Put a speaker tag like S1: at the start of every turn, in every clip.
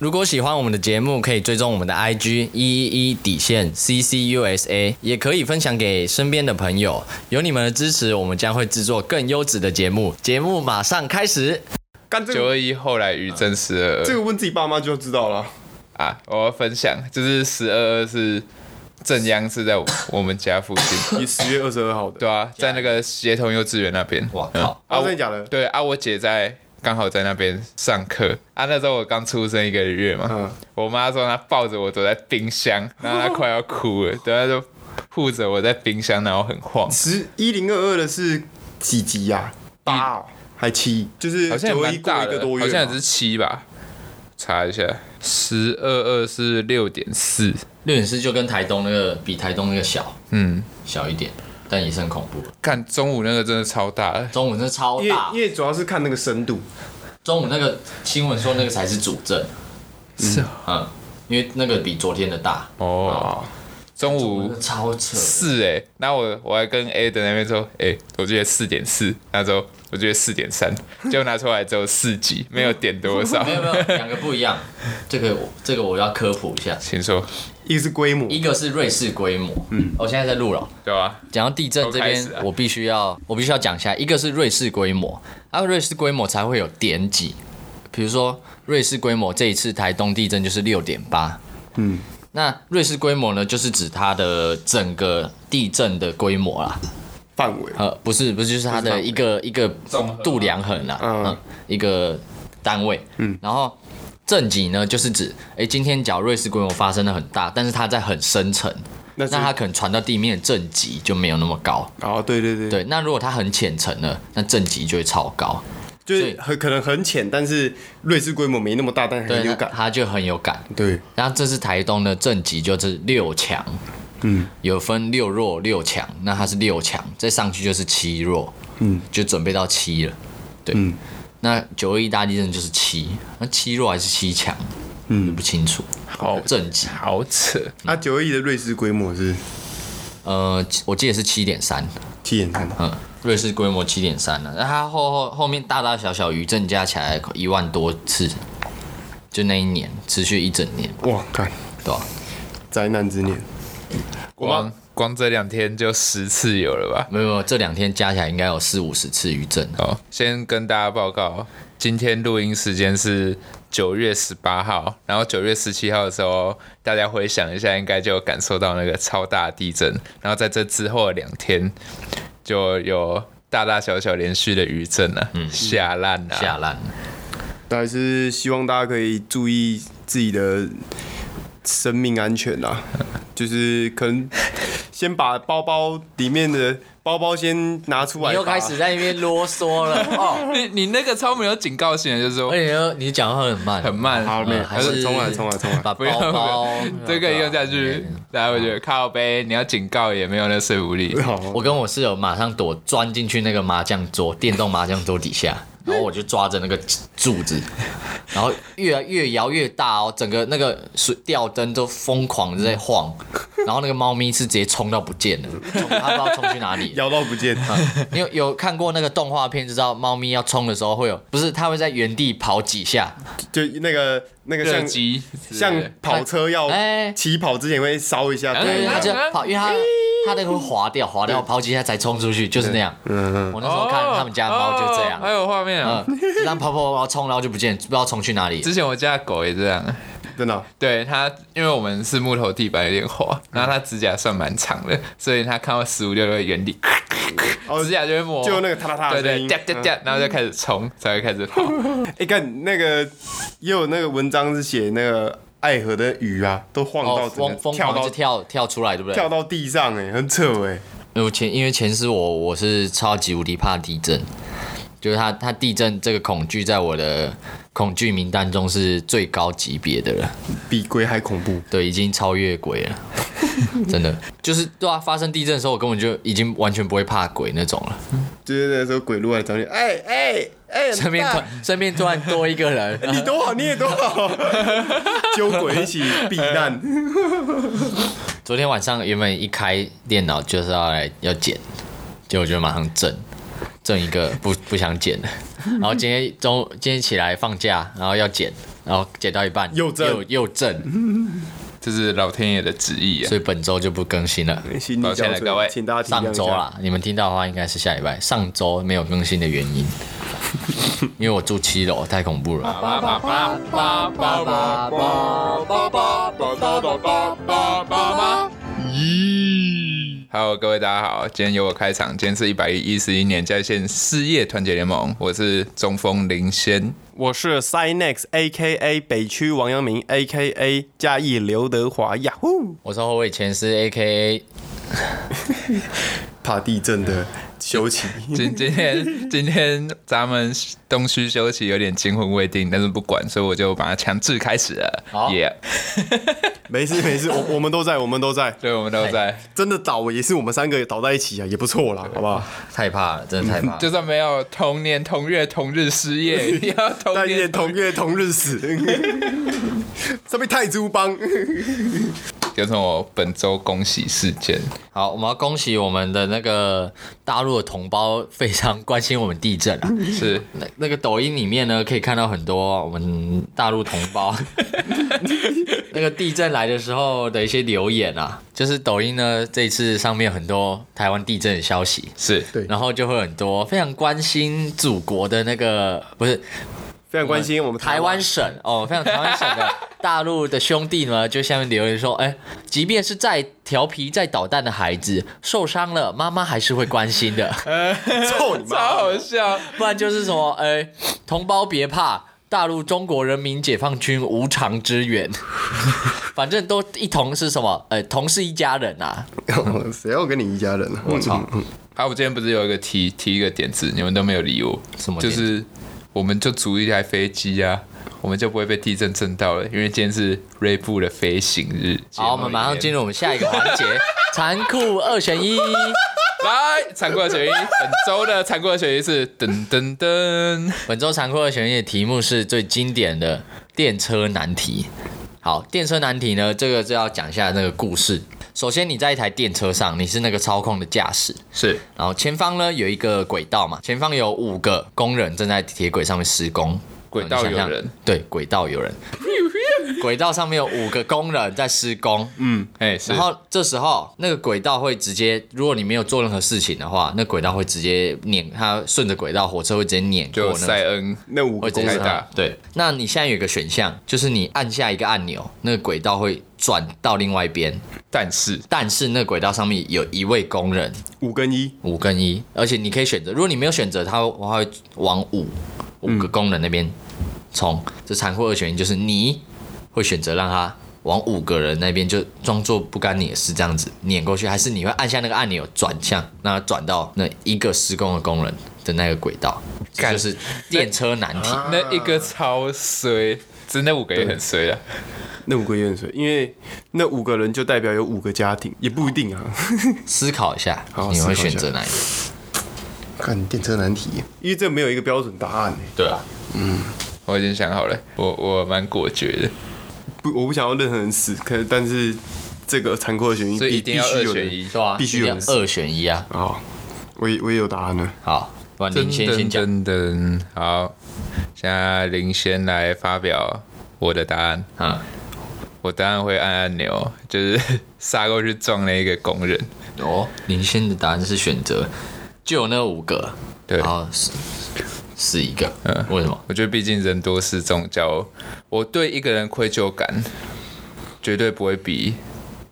S1: 如果喜欢我们的节目，可以追踪我们的 IG 一一一底线 CCUSA，也可以分享给身边的朋友。有你们的支持，我们将会制作更优质的节目。节目马上开始。
S2: 干这
S3: 九
S2: 个
S3: 二一后来与真十二
S2: 这
S3: 二
S2: 个问自己爸妈就知道了。
S3: 啊，我要分享就是十二二是正央是在我我们家附 近，
S2: 你十月二十二号的，
S3: 对啊，在那个协同幼稚园那边。
S1: 我靠！
S2: 啊，真
S3: 我
S2: 的假的？
S3: 对啊，我姐在刚好在那边上课啊，那时候我刚出生一个月嘛，
S2: 嗯
S3: 我妈说她抱着我走在 冰箱，然后她快要哭了，对，她就护着我在冰箱，然后很晃，
S2: 十一零二二的是几级呀、八、哦、还七？就是
S3: 好像 也
S2: 九一
S3: 蛮
S2: 过
S3: 大
S2: 一个
S3: 的，
S2: 多月嘛，
S3: 好像也是七吧，查一下，十二二是六点四，
S1: 六点四就跟台东那个比台东那个小
S3: 嗯，
S1: 小一点，但也是很恐怖。
S3: 看中午那个真的超大的，
S1: 中午那超
S2: 因为
S1: 大
S2: 因，为主要是看那个深度，
S1: 中午那个新闻说那个才是主阵，
S3: 是啊
S1: 嗯，因为那个比昨天的大，
S3: 哦，中
S1: 那
S3: 午
S1: 个超扯。
S3: 四哎、那我我还跟 A 的那边说，哎、我觉得四点四，那时候我觉得四点三，结果拿出来只有四级，没有点多少
S1: 没。有没有，两个不一样。这个我这个我要科普一下，
S3: 请说，
S2: 一个是规模，
S1: 一个是瑞士规模，嗯，我现在在录了。
S3: 对吧、
S1: 讲到地震这
S3: 都开
S1: 边
S3: 始了，
S1: 我必须要我必须要讲一下，一个是瑞士规模，然后瑞士规模才会有点几，比如说瑞士规模这一次台东地震就是六点八，
S2: 嗯，
S1: 那瑞士规模呢，就是指它的整个地震的规模啦，
S2: 范围，
S1: 呃，不是不是，就是它的一个一个度量衡啦，
S2: 嗯
S1: 嗯、一个单位，嗯，然后震级呢，就是指，哎、今天假如瑞士规模发生的很大，但是它在很深层，那
S2: 那
S1: 嗯
S2: 是
S1: 它可能传到地面的震级就没有那么高，
S2: 哦，对对对，
S1: 对，那如果它很浅层呢，那震级就会超高，
S2: 就是很可能很浅，但是瑞士规模没那么大，但是
S1: 对，
S3: 啊
S2: 很有
S1: 它
S2: 感。
S1: 它就很有感。
S3: 嗯
S2: 对，
S1: 然后这次台东的正级就是六强，
S2: 嗯，
S1: 有分六弱六强，那它是六强，再上去就是七弱，
S2: 嗯，
S1: 就准备到七了，对，
S2: 嗯
S1: 那九二一大地震就是七，那七弱还是七强，
S2: 嗯
S1: 不，清楚，
S3: 好
S1: 正级，
S3: 好扯，
S2: 啊，九一的瑞士规模是
S1: 呃，我记得是七点三，
S2: 七点三，
S1: 嗯，瑞士规模七点三啊了，那它后后后面大大小小余震加起来一万多次，就那一年持续一整年，
S2: 哇，看
S1: 对吧？
S2: 灾难之年，我妈
S3: 光光这两天就十次有了吧？
S1: 没有没有，这两天加起来应该有四五十次余震，
S3: 哦，先跟大家报告，今天录音时间是九月十八号，然后九月十七号的时候，大家回想一下，应该就有感受到那个超大地震。然后在这之后的两天，就有大大小小连续的余震啊，
S1: 嗯
S3: 吓烂啊，
S1: 吓烂了。
S2: 但还是希望大家可以注意自己的生命安全啦，就是可能先把包包里面的包包先拿出来吧，
S1: 你又开始在那边啰嗦了哦，
S3: 你你那个超没有警告性的，就是说
S1: 而且又你讲话很慢，
S3: 很慢，
S2: 好，没有，
S1: 嗯还是
S2: 重来，重来，重来。
S1: 把
S3: 不要
S1: 包包
S3: 不要这个用下。去，大家会觉得靠背，你要警告也没有那说服力。
S2: 好，
S1: 我跟我室友马上躲钻进去那个麻将桌，电动麻将桌底下，然后我就抓着那个柱子，然后越来越摇越大哦，整个那个水吊灯都疯狂地在晃，然后那个猫咪是直接冲到不见了，冲它不知道冲去哪里了。
S2: 摇到不见，
S1: 你有有看过那个动画片，就知道猫咪要冲的时候会有，不是它会在原地跑几下，
S2: 就那个那个
S3: 热
S2: 像
S3: 机之类的
S2: 像跑车要
S1: 哎
S2: 起跑之前会烧一下，
S1: 对，
S3: 哎
S1: 他
S3: 呀
S1: 就跑，因为他他那个会滑掉，滑掉跑几下才冲出去，就是那样。
S2: 嗯
S1: 我那时候看他们家的猫就这
S3: 哦还
S1: 样，
S3: 有画面啊！
S1: 嗯，就这样跑跑跑跑冲，然后就不见，不知道冲去哪里。
S3: 之前我家的狗也这样，
S2: 真的哦
S3: 对它，因为我们是木头地板有点滑，
S2: 嗯
S3: 然后它指甲算蛮长的，所以它看到十五六会原地，
S2: 哦
S3: 指，甲就会磨，
S2: 就那个嗒嗒嗒
S3: 对
S2: 的声
S3: 对，
S2: 音，
S3: 掉掉掉，然后就开始冲，才会开始跑。
S2: 嗯！哎，看那个也有那个文章是写那个爱河的鱼啊，都晃
S1: 哦，
S2: 到整
S1: 疯
S2: 个
S1: 疯
S2: 跳
S1: 狂
S2: 到
S1: 就跳跳出来，对不对
S2: 跳？到地上，哎，很扯哎，
S1: 因为我前因为前世我我是超级无敌怕地震，就是他他地震这个恐惧在我的恐惧名单中是最高级别的了。
S2: 比鬼还恐怖。
S1: 对，已经超越鬼了，真的就是对啊，发生地震的时候，我根本就已经完全不会怕鬼那种了。
S2: 就是那时候鬼路来找你，哎哎哎，
S1: 身边突
S2: 大
S1: 身边突然多一个人，
S2: 你多好，你也多好，揪鬼一起避难。
S1: 昨天晚上原本一开电脑就是要来要剪，结果就马上震震一个不不想剪的，然后今天中今天起来放假，然后要剪，然后解到一半
S2: 又震嗯
S1: 又又震，
S3: 这是老天爷的旨意啊！
S1: 所以本周就不更新了。
S2: 心力
S3: 抱
S2: 交
S3: 歉了各
S2: 瘁，
S3: 位
S2: 请大家体谅
S1: 上
S2: 一
S1: 周
S2: 下。
S1: 啦，你们听到的话应该是下礼拜。上周没有更新的原 因，因为我住七楼，太恐怖了。
S3: 叭叭叭叭叭叭叭叭叭叭叭叭叭。咦！Hello，各位大家好，今天由我开场，今天是一百一十一年在线事业团结联盟，我是中锋林先。
S2: 我是 Cynex A K A 北区王阳明 A K A 嘉义刘德华呀呼，
S1: 我是后卫前师 A K A
S2: 怕地震的休息，
S3: 今今天今天咱们东区休息有点惊魂未定，但是不管，所以我就把它强制开始了。
S1: 好
S3: 耶！
S2: 没事没事，我我们都在，我们都在，
S3: 对，我们都
S1: 哎
S3: 在，
S2: 真的倒也是我们三个倒在一起啊，也不错啦，好不好？
S1: 太怕了，真的太怕
S3: 就
S1: 了。
S3: 算没有同年同月同日失业，也要同
S2: 但也
S3: 年
S2: 同月同日死， 这边泰铢帮，
S3: 有从我本周恭喜事件，
S1: 好，我们要恭喜我们的那个大陆的同胞非常关心我们地震啊。
S3: 是
S1: 那那个抖音里面呢，可以看到很多我们大陆同胞 那个地震来的时候的一些留言啊，就是抖音呢这一次上面很多台湾地震的消息，
S3: 是，
S2: 对
S1: 然后就会很多非常关心祖国的那个不是
S2: 非常关心我们
S1: 台湾省哦，非常台湾省 的大陆的兄弟呢，就下面留言说，哎、即便是再调皮再捣蛋的孩子受伤了，妈妈还是会关心 的，
S2: 臭你
S3: 超
S2: 妈！
S3: 好笑，
S1: 不然就是什么，哎、同胞别怕。大陆中国人民解放军无偿支 援，反正都一同是什么？呃，同是一家人啊！
S2: 谁要跟你一家人啊？
S1: 我操，
S3: 啊，我今天不是有一个提提一个点子，你们都没有理我，
S1: 什么
S3: 就
S1: 点子
S3: 是我们就租一台飞机啊，我们就不会被地震震到了，因为今天是锐步的飞行日。
S1: 好，我们马上进
S3: 入
S1: 入我们下一个环节，残酷二选一。
S3: 来残酷的选一，本周的残酷的选一是噔噔噔，
S1: 本周残酷二选一的题目是最经典的电车难题。好，电车难题呢，这个就要讲一下那个故事。首先，你在一台电车上，你是那个操控的驾驶，
S3: 是
S1: 然后前方呢有一个轨道嘛，前方有五个工人正在铁轨上面施工。
S3: 轨道
S1: 你想象
S3: 有人，
S1: 对，轨道 有人，轨道上面有五个工人在施工。
S3: 哎是
S1: 然，后这时候那个轨道会直接，如果你没有做任何事情的话，那轨道会直接碾，它顺着轨道，火车会直接碾过
S3: 就
S1: 那个。
S3: 塞恩
S2: 那五
S1: 会
S2: 哦个
S1: 直
S2: 公
S1: 接
S3: 开
S1: 上
S3: 大
S1: 对，那你现在有一个选项，就是你按下一个按钮，那个轨道会转到另外一边，
S3: 但是
S1: 但是那个轨道上面有一位工人，
S2: 五跟一，
S1: 五跟一，而且你可以选择，如果你没有选择，它会它会往五五个工人那边冲。这残酷二选一就是你会选择让它往五个人那边，就装作不干你的事这样子碾过去，还是你会按下那个按钮转向，让它转到那一个施工的工人的那个轨道？这
S3: 干
S1: 就是电车难题。
S3: 那一个超衰，真的五个也很衰啊。
S2: 那五个也很水，因为那五个人就代表有五个家庭，也不一定 啊。
S1: 思考一下，
S2: 好
S1: 你会
S2: 思考一
S1: 选
S2: 下
S1: 择哪一个？
S2: 看电车难题，因为这没有一个标准答案欸
S1: 对啊，
S3: 我已经想好了，我我蛮果决的。
S2: 不，我不想要任何人死，可但是这个残酷的选一
S3: 所以
S2: 必
S3: 一定要
S2: 必须有
S3: 二选
S2: 人
S3: 一
S1: 对啊，
S2: 必须有
S1: 一定
S2: 人
S1: 要
S2: 死。
S1: 二选一啊。
S2: 好，我也我也有答案了。
S1: 好，不然您先先讲。
S3: 噔噔噔，好，现在林先来发表我的答案。
S1: 嗯，
S3: 我当然会按按钮，就是 杀过去撞那一个工人。
S1: 哦，林先的答案是选择，就有那五个，
S3: 对
S1: 然后死死一个，
S2: 嗯
S1: 为什么？
S3: 我觉得毕竟人多势众，叫我对一个人愧疚感绝对不会比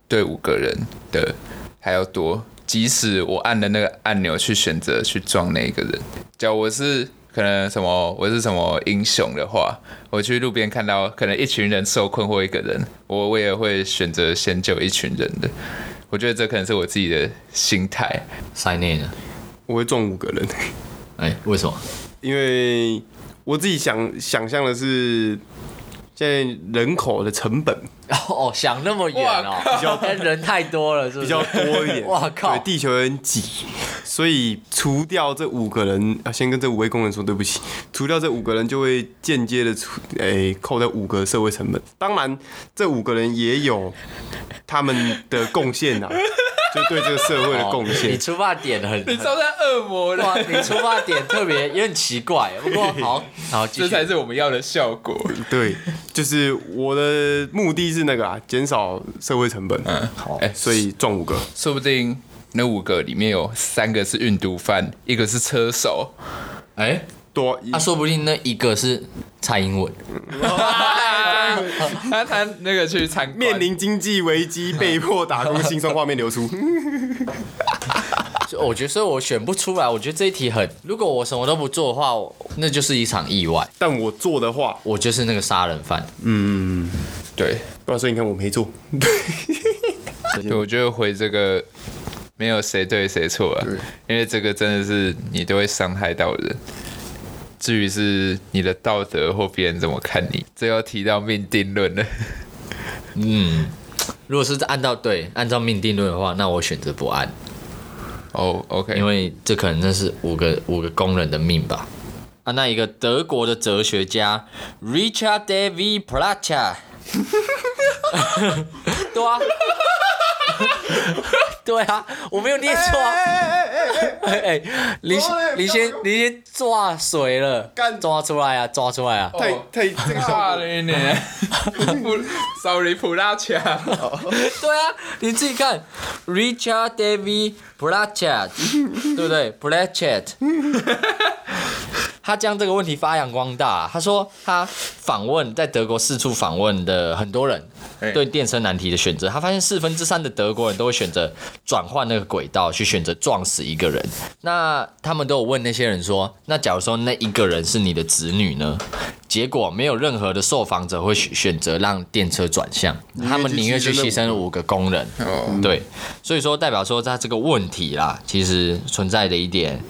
S3: 对五个人的还要多。即使我按的那个按钮去选择去撞那个人，叫我是可能什么我是什么英雄的话，我去路边看到可能一群人受困或一个人，我我也会选择先救一群人的。我觉得这可能是我自己的心态。
S1: 塞内呢？
S2: 我会撞五个人，
S1: 哎，为什么？
S2: 因为我自己想想象的是，现在人口的成本
S1: 哦，想那么远哦，但人太多了，是不是？
S2: 比较多一 点，
S1: 哇靠
S2: 对，地球人挤，所以除掉这五个人，啊，先跟这五位工人说对不起， 除掉这五个人就会间接的除，诶、扣掉五个社 会成本。当然，这五个人也有他们的贡献啊，就对这个社会的贡
S1: 哦你
S2: 献。
S1: 出发点很，
S3: 你招待恶魔
S1: 哇，
S3: 了，
S1: 你出发点特别有点奇怪，不过 好，好，继
S3: 这
S1: 续
S3: 才是我们要的效 果。
S2: 对，就是我的目的是那个啊，减少社会成本，
S1: 好
S3: 哎
S2: 所以撞五个。
S3: 说不定那五个里面有三个是运毒犯，一个是车手。
S1: 哎，
S2: 多
S1: 那说不定那一个是蔡英文，
S3: 那他那个去参观
S2: 面临经济危机，被迫打工，心酸画面 流出。
S1: 就我觉得，所以我选不出来。我觉得这一题很，如果我什么都不做的话，我那就是一场意外，
S2: 但我做的话，
S1: 我就是那个杀人犯。
S3: 对，
S2: 对啊，所以你看我没做。
S3: 对我觉得回这个没有谁对谁错啊，因为这个真的是你都会伤害到人。至于是你的道德或别人怎么看你，这要提到命定论了。
S1: 如果是按照对按照命定论的话，那我选择不按，
S3: 哦、o k
S1: 因为这可能那是五个五个工人的命吧。啊，那一个德国的哲学家 Richard David Placha，对啊， 对啊，我没有念错啊。哎、哎，你
S2: 哎
S1: 你
S2: 不
S1: 先
S2: 要
S1: 你先抓水了，
S2: 干哦
S1: 抓出来啊，抓出来啊！
S2: 太太这个
S3: 怕
S2: 效果，
S3: 了你普，sorry 普拉恰，哦
S1: 对啊，你自己看，Richard David Blatchett，对不对？Blatchett，他将这个问题发扬光大。他说他访问在德国四处访问的很多人
S3: 哎，
S1: 对电车难题的选择，他发现四分之三的德国人都会选择转换那个轨道，去选择撞死一个人。那他们都有问那些人说，那假如说那一个人是你的子女呢？结果没有任何的受访者会选选择让电车转向，他们宁愿去牺牲五个工人。
S3: 哦，
S1: 对，所以说代表说他这个问题啦，其实存在的一点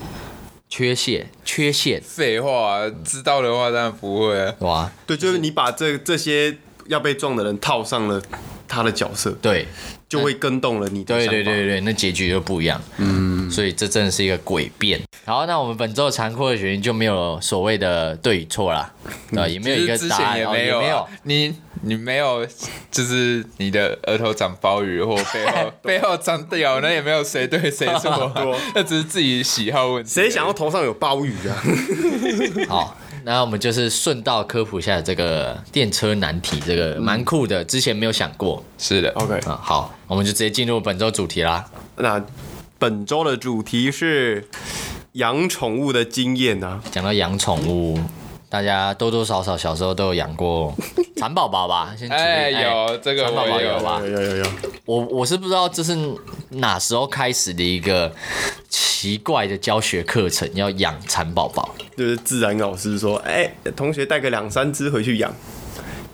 S1: 缺陷，缺陷
S3: 废话、知道的话当然不会、啊。
S1: 哇，
S2: 对，就是你把这这些要被撞的人套上了他的角色，
S1: 对，
S2: 就会跟动了你的
S1: 对
S2: 想法
S1: 对对对，那结局就不一样。嗯，所以这真的是一个诡辩。好，那我们本周的残酷的学习就没有所谓的对与错啦，啊，也没有一个
S3: 嗯就是之
S1: 答
S3: 前
S1: 案，
S3: 也
S1: 哦
S3: 没有啊、
S1: 没有。
S3: 你你没有，就是你的额头长鲍鱼或背后 背后长屌，那也没有谁对谁错啊、 那只是自己喜好问题。
S2: 谁想要？头上有鲍鱼啊？
S1: 好，那我们就是顺道科普一下这个电车难题，这个蛮酷的，之前没有想过
S3: 是的，
S2: OK，
S1: 啊。好，我们就直接进入本周主题啦。
S2: 那本周的主题是养宠物的经验啊。
S1: 讲到养宠物，大家多多少少小时候都有养过蚕宝宝吧？先举例
S3: 哎，有这个
S1: 蚕宝
S3: 我
S1: 宝
S3: 也有
S1: 有吧？
S2: 有有有，
S1: 我我是不知道这是哪时候开始的一个奇怪的教学课程，要养蚕宝宝。
S2: 就是自然老师说，哎、同学带个两三只回去养，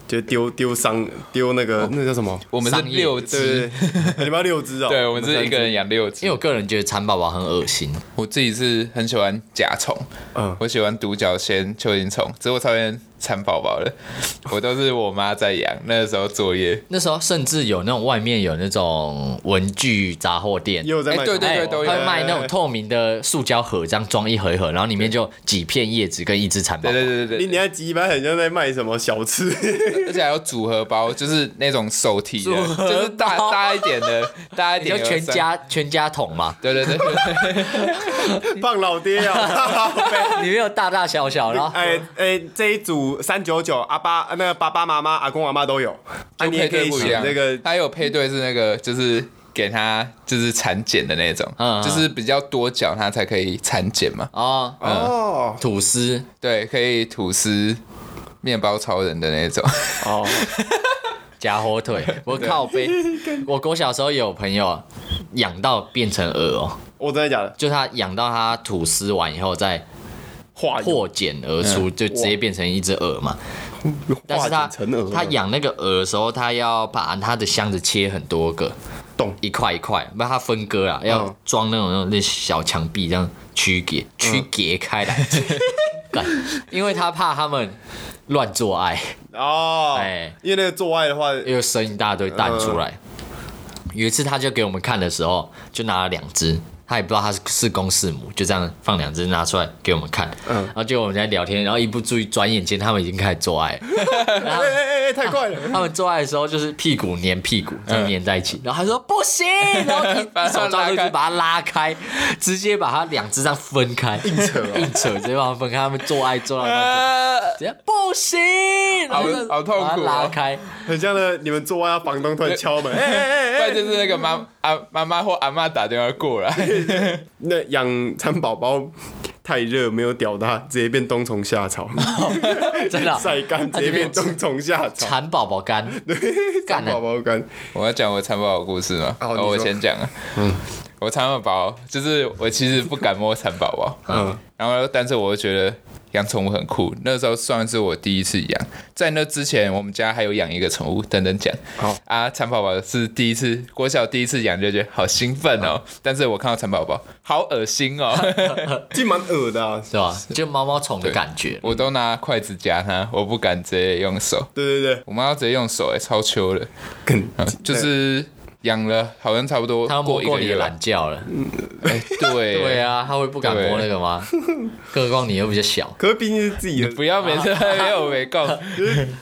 S2: 就丢丢桑丢那个、那叫什么？
S3: 我们是
S1: 商业
S3: 六
S2: 对
S3: 只，
S2: 对对，你们要六只哦。
S3: 对，我们是一个
S2: 三只
S3: 人养六
S1: 因为
S3: 只
S1: 我。个人觉得蚕宝宝很恶心，
S3: 我自己是很喜欢甲虫，
S2: 嗯
S3: 我喜欢独角仙、蚯蚓虫，只是我超厌蚕宝宝 的，我都是我妈在养，那时候作业。
S1: 那时候甚至有那种外面有那种文具杂货店
S2: 也。有在卖
S3: 哎
S2: 宠物、
S3: 对对都有
S1: 他会卖那种透明的塑胶盒，这样装一盒一盒，然后里面就几片叶子跟一只蚕宝
S3: 对
S1: 宝。
S3: 对对对对
S2: 你，你还鸡巴很像在卖什么小吃，
S3: 而且还有组合包，就是那种手提的，
S1: 组合包
S3: 就是大大一点的，大一
S1: 你就
S3: 点的
S1: 全。家全家桶嘛，
S3: 对对对 对对，
S2: 胖老爹啊！
S1: 里面有大大小小，然后
S2: 哎哎，这一组三九九，阿爸呃那个爸爸妈妈、阿公阿妈都有，啊，
S3: 就
S2: 你
S3: 配
S2: 也可
S3: 对
S2: 以
S3: 不一
S2: 选
S3: 样。
S2: 那个
S3: 还有配对是那个，就是给他就是产检的那种，
S1: 嗯嗯
S3: 就是比较多角，他才可以产检嘛。
S1: 哦，
S2: 哦
S1: 吐司
S3: 对，可以吐司、面包超人的那种。
S2: 哦，
S1: 夹火腿，我靠 背。我国小时候有朋友养到变成蛾哦，
S2: 我真的假的？
S1: 就他养到他吐丝完以后再
S2: 化
S1: 破茧而出，就直接变成一只蛾嘛。但是他
S2: 嗯化成蛾，
S1: 他养那个蛾的时候，他要把他的箱子切很多个，
S2: 懂
S1: 一块一块，不然它分割
S2: 嗯
S1: 啊，要装那种那种那小墙壁这样区隔
S2: 嗯
S1: 区隔开来， 干因为他怕他们乱做爱。
S2: 哦，
S1: 哎
S2: 因为那个做爱的话，
S1: 又
S3: 嗯
S1: 生一大堆蛋出来。有一次他就给我们看的时候，就拿了两只，他也不知道他是是公是母，就这样放两只拿出来给我们看，嗯，然后结果我们在聊天，然后一不注意转眼间他们已经开始做爱了，然后
S2: 哎哎哎，太快了！
S1: 他们做爱的时候就是屁股粘屁股，
S3: 嗯
S1: 这样粘在一起，然后他说不行，然后一
S3: 把
S1: 一
S3: 它
S1: 手抓住
S3: 拉开
S1: 就把它拉开，直接把它两只这样分开，硬扯、
S3: 啊
S1: 硬扯，直接把它分开，他们做爱做到一半。
S3: 呃，
S1: 直接不行，然后就
S3: 好痛苦哦
S1: 把它拉开，
S2: 很像呢，你们做完，房东突然敲门，哎哎哎
S3: 不然就是那个妈阿妈妈或阿妈打电话过来，
S2: 那养蚕宝宝太热，没有屌它，直接变冬虫夏草，
S1: 真的啊
S2: 晒干直接变冬虫夏 草，
S1: 蚕宝宝干，干
S2: 蚕
S1: 了。
S2: 宝宝干。
S3: 我要讲我蚕宝宝故事吗？
S2: 哦你
S3: 哦
S2: 说
S3: 我先讲啊。
S1: 嗯
S3: 我蚕宝宝就是我其实不敢摸蚕宝宝，嗯，然后但是我又觉得养宠物很酷，那时候算是我第一次养。在那之前，我们家还有养一个宠物，等等讲。
S2: 好
S3: 啊，蚕宝宝是第一次，国小第一次养就觉得好兴奋哦，
S1: 嗯
S3: 但是我看到蚕宝宝好恶心 哦，
S2: 这蛮恶的、啊，
S1: 对吧？就毛毛虫的感觉，
S3: 我都拿筷子夹它，我不敢直接用手。
S2: 对对
S3: 我妈要直接用手哎、超秋了，
S2: 对，
S3: 嗯就是养了好像差不多
S1: 它摸
S3: 一个
S1: 过你
S3: 月
S1: 的
S3: 吧，
S1: 懒觉了。
S3: 哎， 对，
S1: 对，啊，它会不敢摸那个 吗？更何况你又比较小，
S2: 可是毕竟是自己的，
S3: 不要每次
S1: 啊
S3: 没有没够，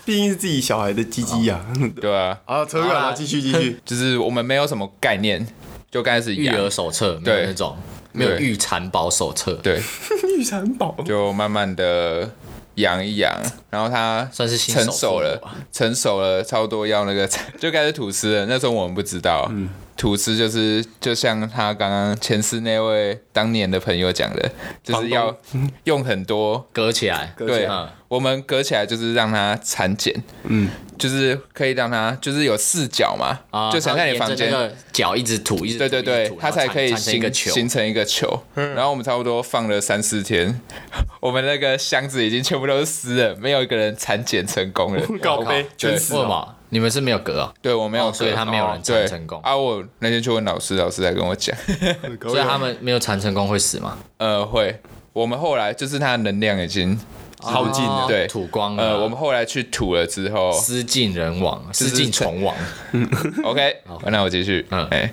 S2: 毕竟是自己小孩的鸡鸡呀。
S3: 对啊，
S2: 啊，扯远了，继续继 续。
S3: 就是我们没有什么概念，就刚开始
S1: 育
S3: 养
S1: 儿手册没有
S3: 对
S1: 那种，没有
S3: 对
S1: 育蚕宝手册，
S3: 对，
S2: 玉蚕宝，
S3: 就慢慢的养一养，然后它
S1: 算是新手
S3: 成熟了
S1: 父母啊，
S3: 成熟了，差不多要那个 就开始吐丝了。那时候我们不知道，
S1: 嗯
S3: 吐丝就是就像他刚刚前世那位当年的朋友讲的，就是要用很多
S1: 隔起来，
S2: 隔而
S3: 对，
S2: 且
S1: 嗯
S3: 我们隔起来就是让它产检，嗯，就是可以让它就是有四角嘛，
S1: 啊，
S3: 就想在你
S1: 它
S3: 房
S1: 沿着
S3: 间，
S1: 那个脚一直吐，一直
S3: 对
S1: 吐
S3: 对
S1: 一直
S3: 对
S1: 吐，
S3: 它才可以
S1: 然后产产生一
S3: 形
S1: 个球。嗯
S3: 形成一个球。然后我们差不多放了三四天， 我们那个箱子已经全部都是湿了，没有一个人产检成功了。
S2: 告
S1: 靠
S2: 杯，全
S3: 对
S2: 死
S1: 为什
S2: 了。
S1: 么？你们是没有隔啊？
S3: 对我没
S1: 哦
S3: 有隔，
S1: 所以它没有人产
S3: 对
S1: 成功
S3: 啊！我那天去问老师，老师才跟我讲，哦
S1: 所以他们没有缠成功会死吗？
S3: 呃，会。我们后来就是它的能量已经，
S2: 超近的
S1: 哦
S3: 对
S1: 吐光了。
S3: 呃，我们后来去吐了之后，
S1: 失尽人亡，失尽虫亡。
S3: OK，那我继续。
S1: 嗯
S3: 嗯，哎、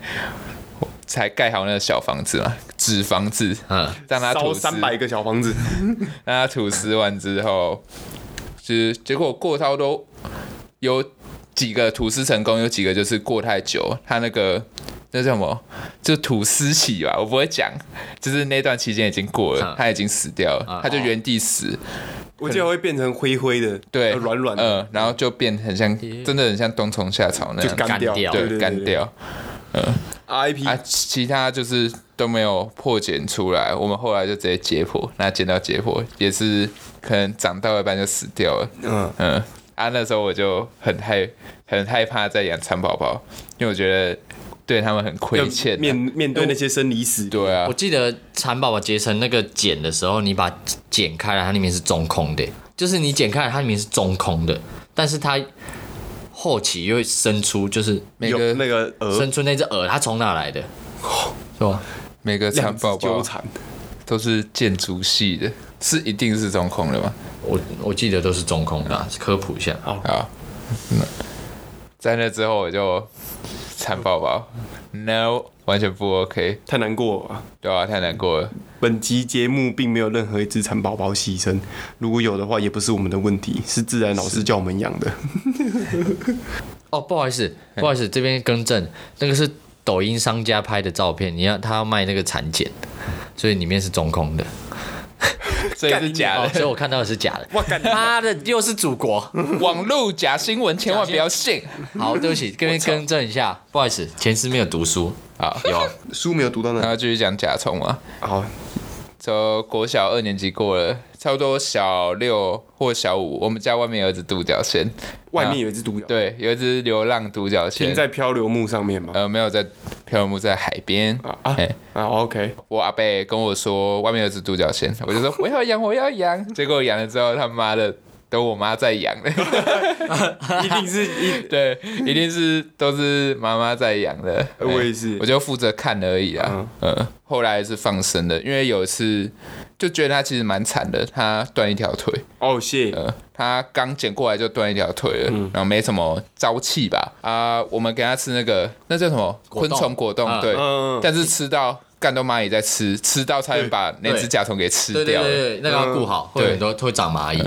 S3: 我才盖好那个小房子嘛，纸房子，
S1: 嗯，
S3: 让它
S2: 烧
S3: 吐丝，
S2: 三百
S3: 让
S2: 个小房子，
S3: 它吐丝完之后，就是结果过超多，有几个吐丝成功，有几个就是过太久，它那个。那叫什么？就吐丝起吧，我不会讲。就是那段期间已经过了
S1: 嗯，
S3: 它已经死掉了
S1: 嗯，
S3: 它就原地死。
S2: 我记得会变成灰灰的，
S3: 对，
S2: 呃软软的，
S3: 嗯，然后就变得很像，真的很像冬虫夏草那
S2: 就
S3: 样，
S2: 干掉，
S1: 干掉
S2: 对
S3: 对，干。掉。啊，
S2: IP
S3: 其他就是都没有破茧出来，我们后来就直接解剖，那剪到解剖也是可能长到一半就死掉了。
S2: 嗯
S3: 嗯，啊，那时候我就很害很害怕再养蚕宝宝，因为我觉得对他们很亏欠、啊
S2: 面面对那些生离死别，
S3: 对啊
S1: 我，记得蚕宝宝结成那个茧的时候，你把剪开来，它里面是中空的，就是你剪开来，它里面是中空的，但是它后期又会生出，就是
S3: 每
S2: 有
S3: 个
S2: 那个鹅
S1: 生出那只耳，它从哪来的？是吧？
S3: 每个
S2: 两
S3: 蚕
S2: 只
S3: 宝啊
S2: 纠
S3: 宝
S2: 缠，
S3: 都是建筑系的，是一定是中空的吗？
S1: 我我记得都是中空的啊、科普一下。
S3: 好，那啊在那之后我就蚕宝宝，no，完全不 OK，
S2: 太难过了啊。
S3: 对啊，太难过了。
S2: 本集节目并没有任何一只蚕宝宝牺牲，如果有的话，也不是我们的问题，是自然老师叫我们养的。
S1: 哦，不好意思，不好意思，这边更正，那个是抖音商家拍的照片，你要他要卖那个蚕茧，所以里面是中空的，
S3: 所以是假
S1: 哦
S3: 的，
S1: 所以我看到的是假的。
S2: 哇干你
S1: 妈的，又是祖国！
S3: 网络假新闻千万不要信。
S1: 好，对不起，这边更正一下，不好意思，前师没有读书，
S3: 好，
S1: 有
S2: 书没有读到
S3: 然
S2: 那，
S3: 后继续讲甲虫嘛。
S2: 好，
S3: 就国小二年级过了，差不多小六或小五，我们家外面有一只独角仙，
S2: 外面有一只独角，
S3: 啊对，有一只流浪独角仙
S2: 停，在漂流木上面嘛。
S3: 呃，没有在漂流木，在海边。
S2: 啊啊
S3: 哎，
S2: 啊！OK，
S3: 我阿伯跟我说外面有只独角仙，我就说我要养，我要养。结果养了之后，他妈的。都我妈在 养的，
S2: 一定是一，
S3: 对，一定是都是妈妈在养的。
S2: 呃我也是
S3: 我就负责看而已啊。嗯，后来是放生的，因为有一次就觉得他其实蛮惨的，他断一条腿，
S2: 哦，谢，
S3: 呃， 他刚捡过来就断一条腿了，
S1: 嗯
S3: 然后没什么朝气吧。啊、我们给他吃那个那叫什么
S1: 果冻
S3: 昆虫果冻，
S1: 嗯
S3: 对，
S2: 嗯
S3: 但是吃到干到蚂蚁在吃，吃到差点把那只甲虫给吃
S1: 对对
S3: 掉了。
S1: 对嗯对，嗯那个要顾好，会有很多会长蚂蚁。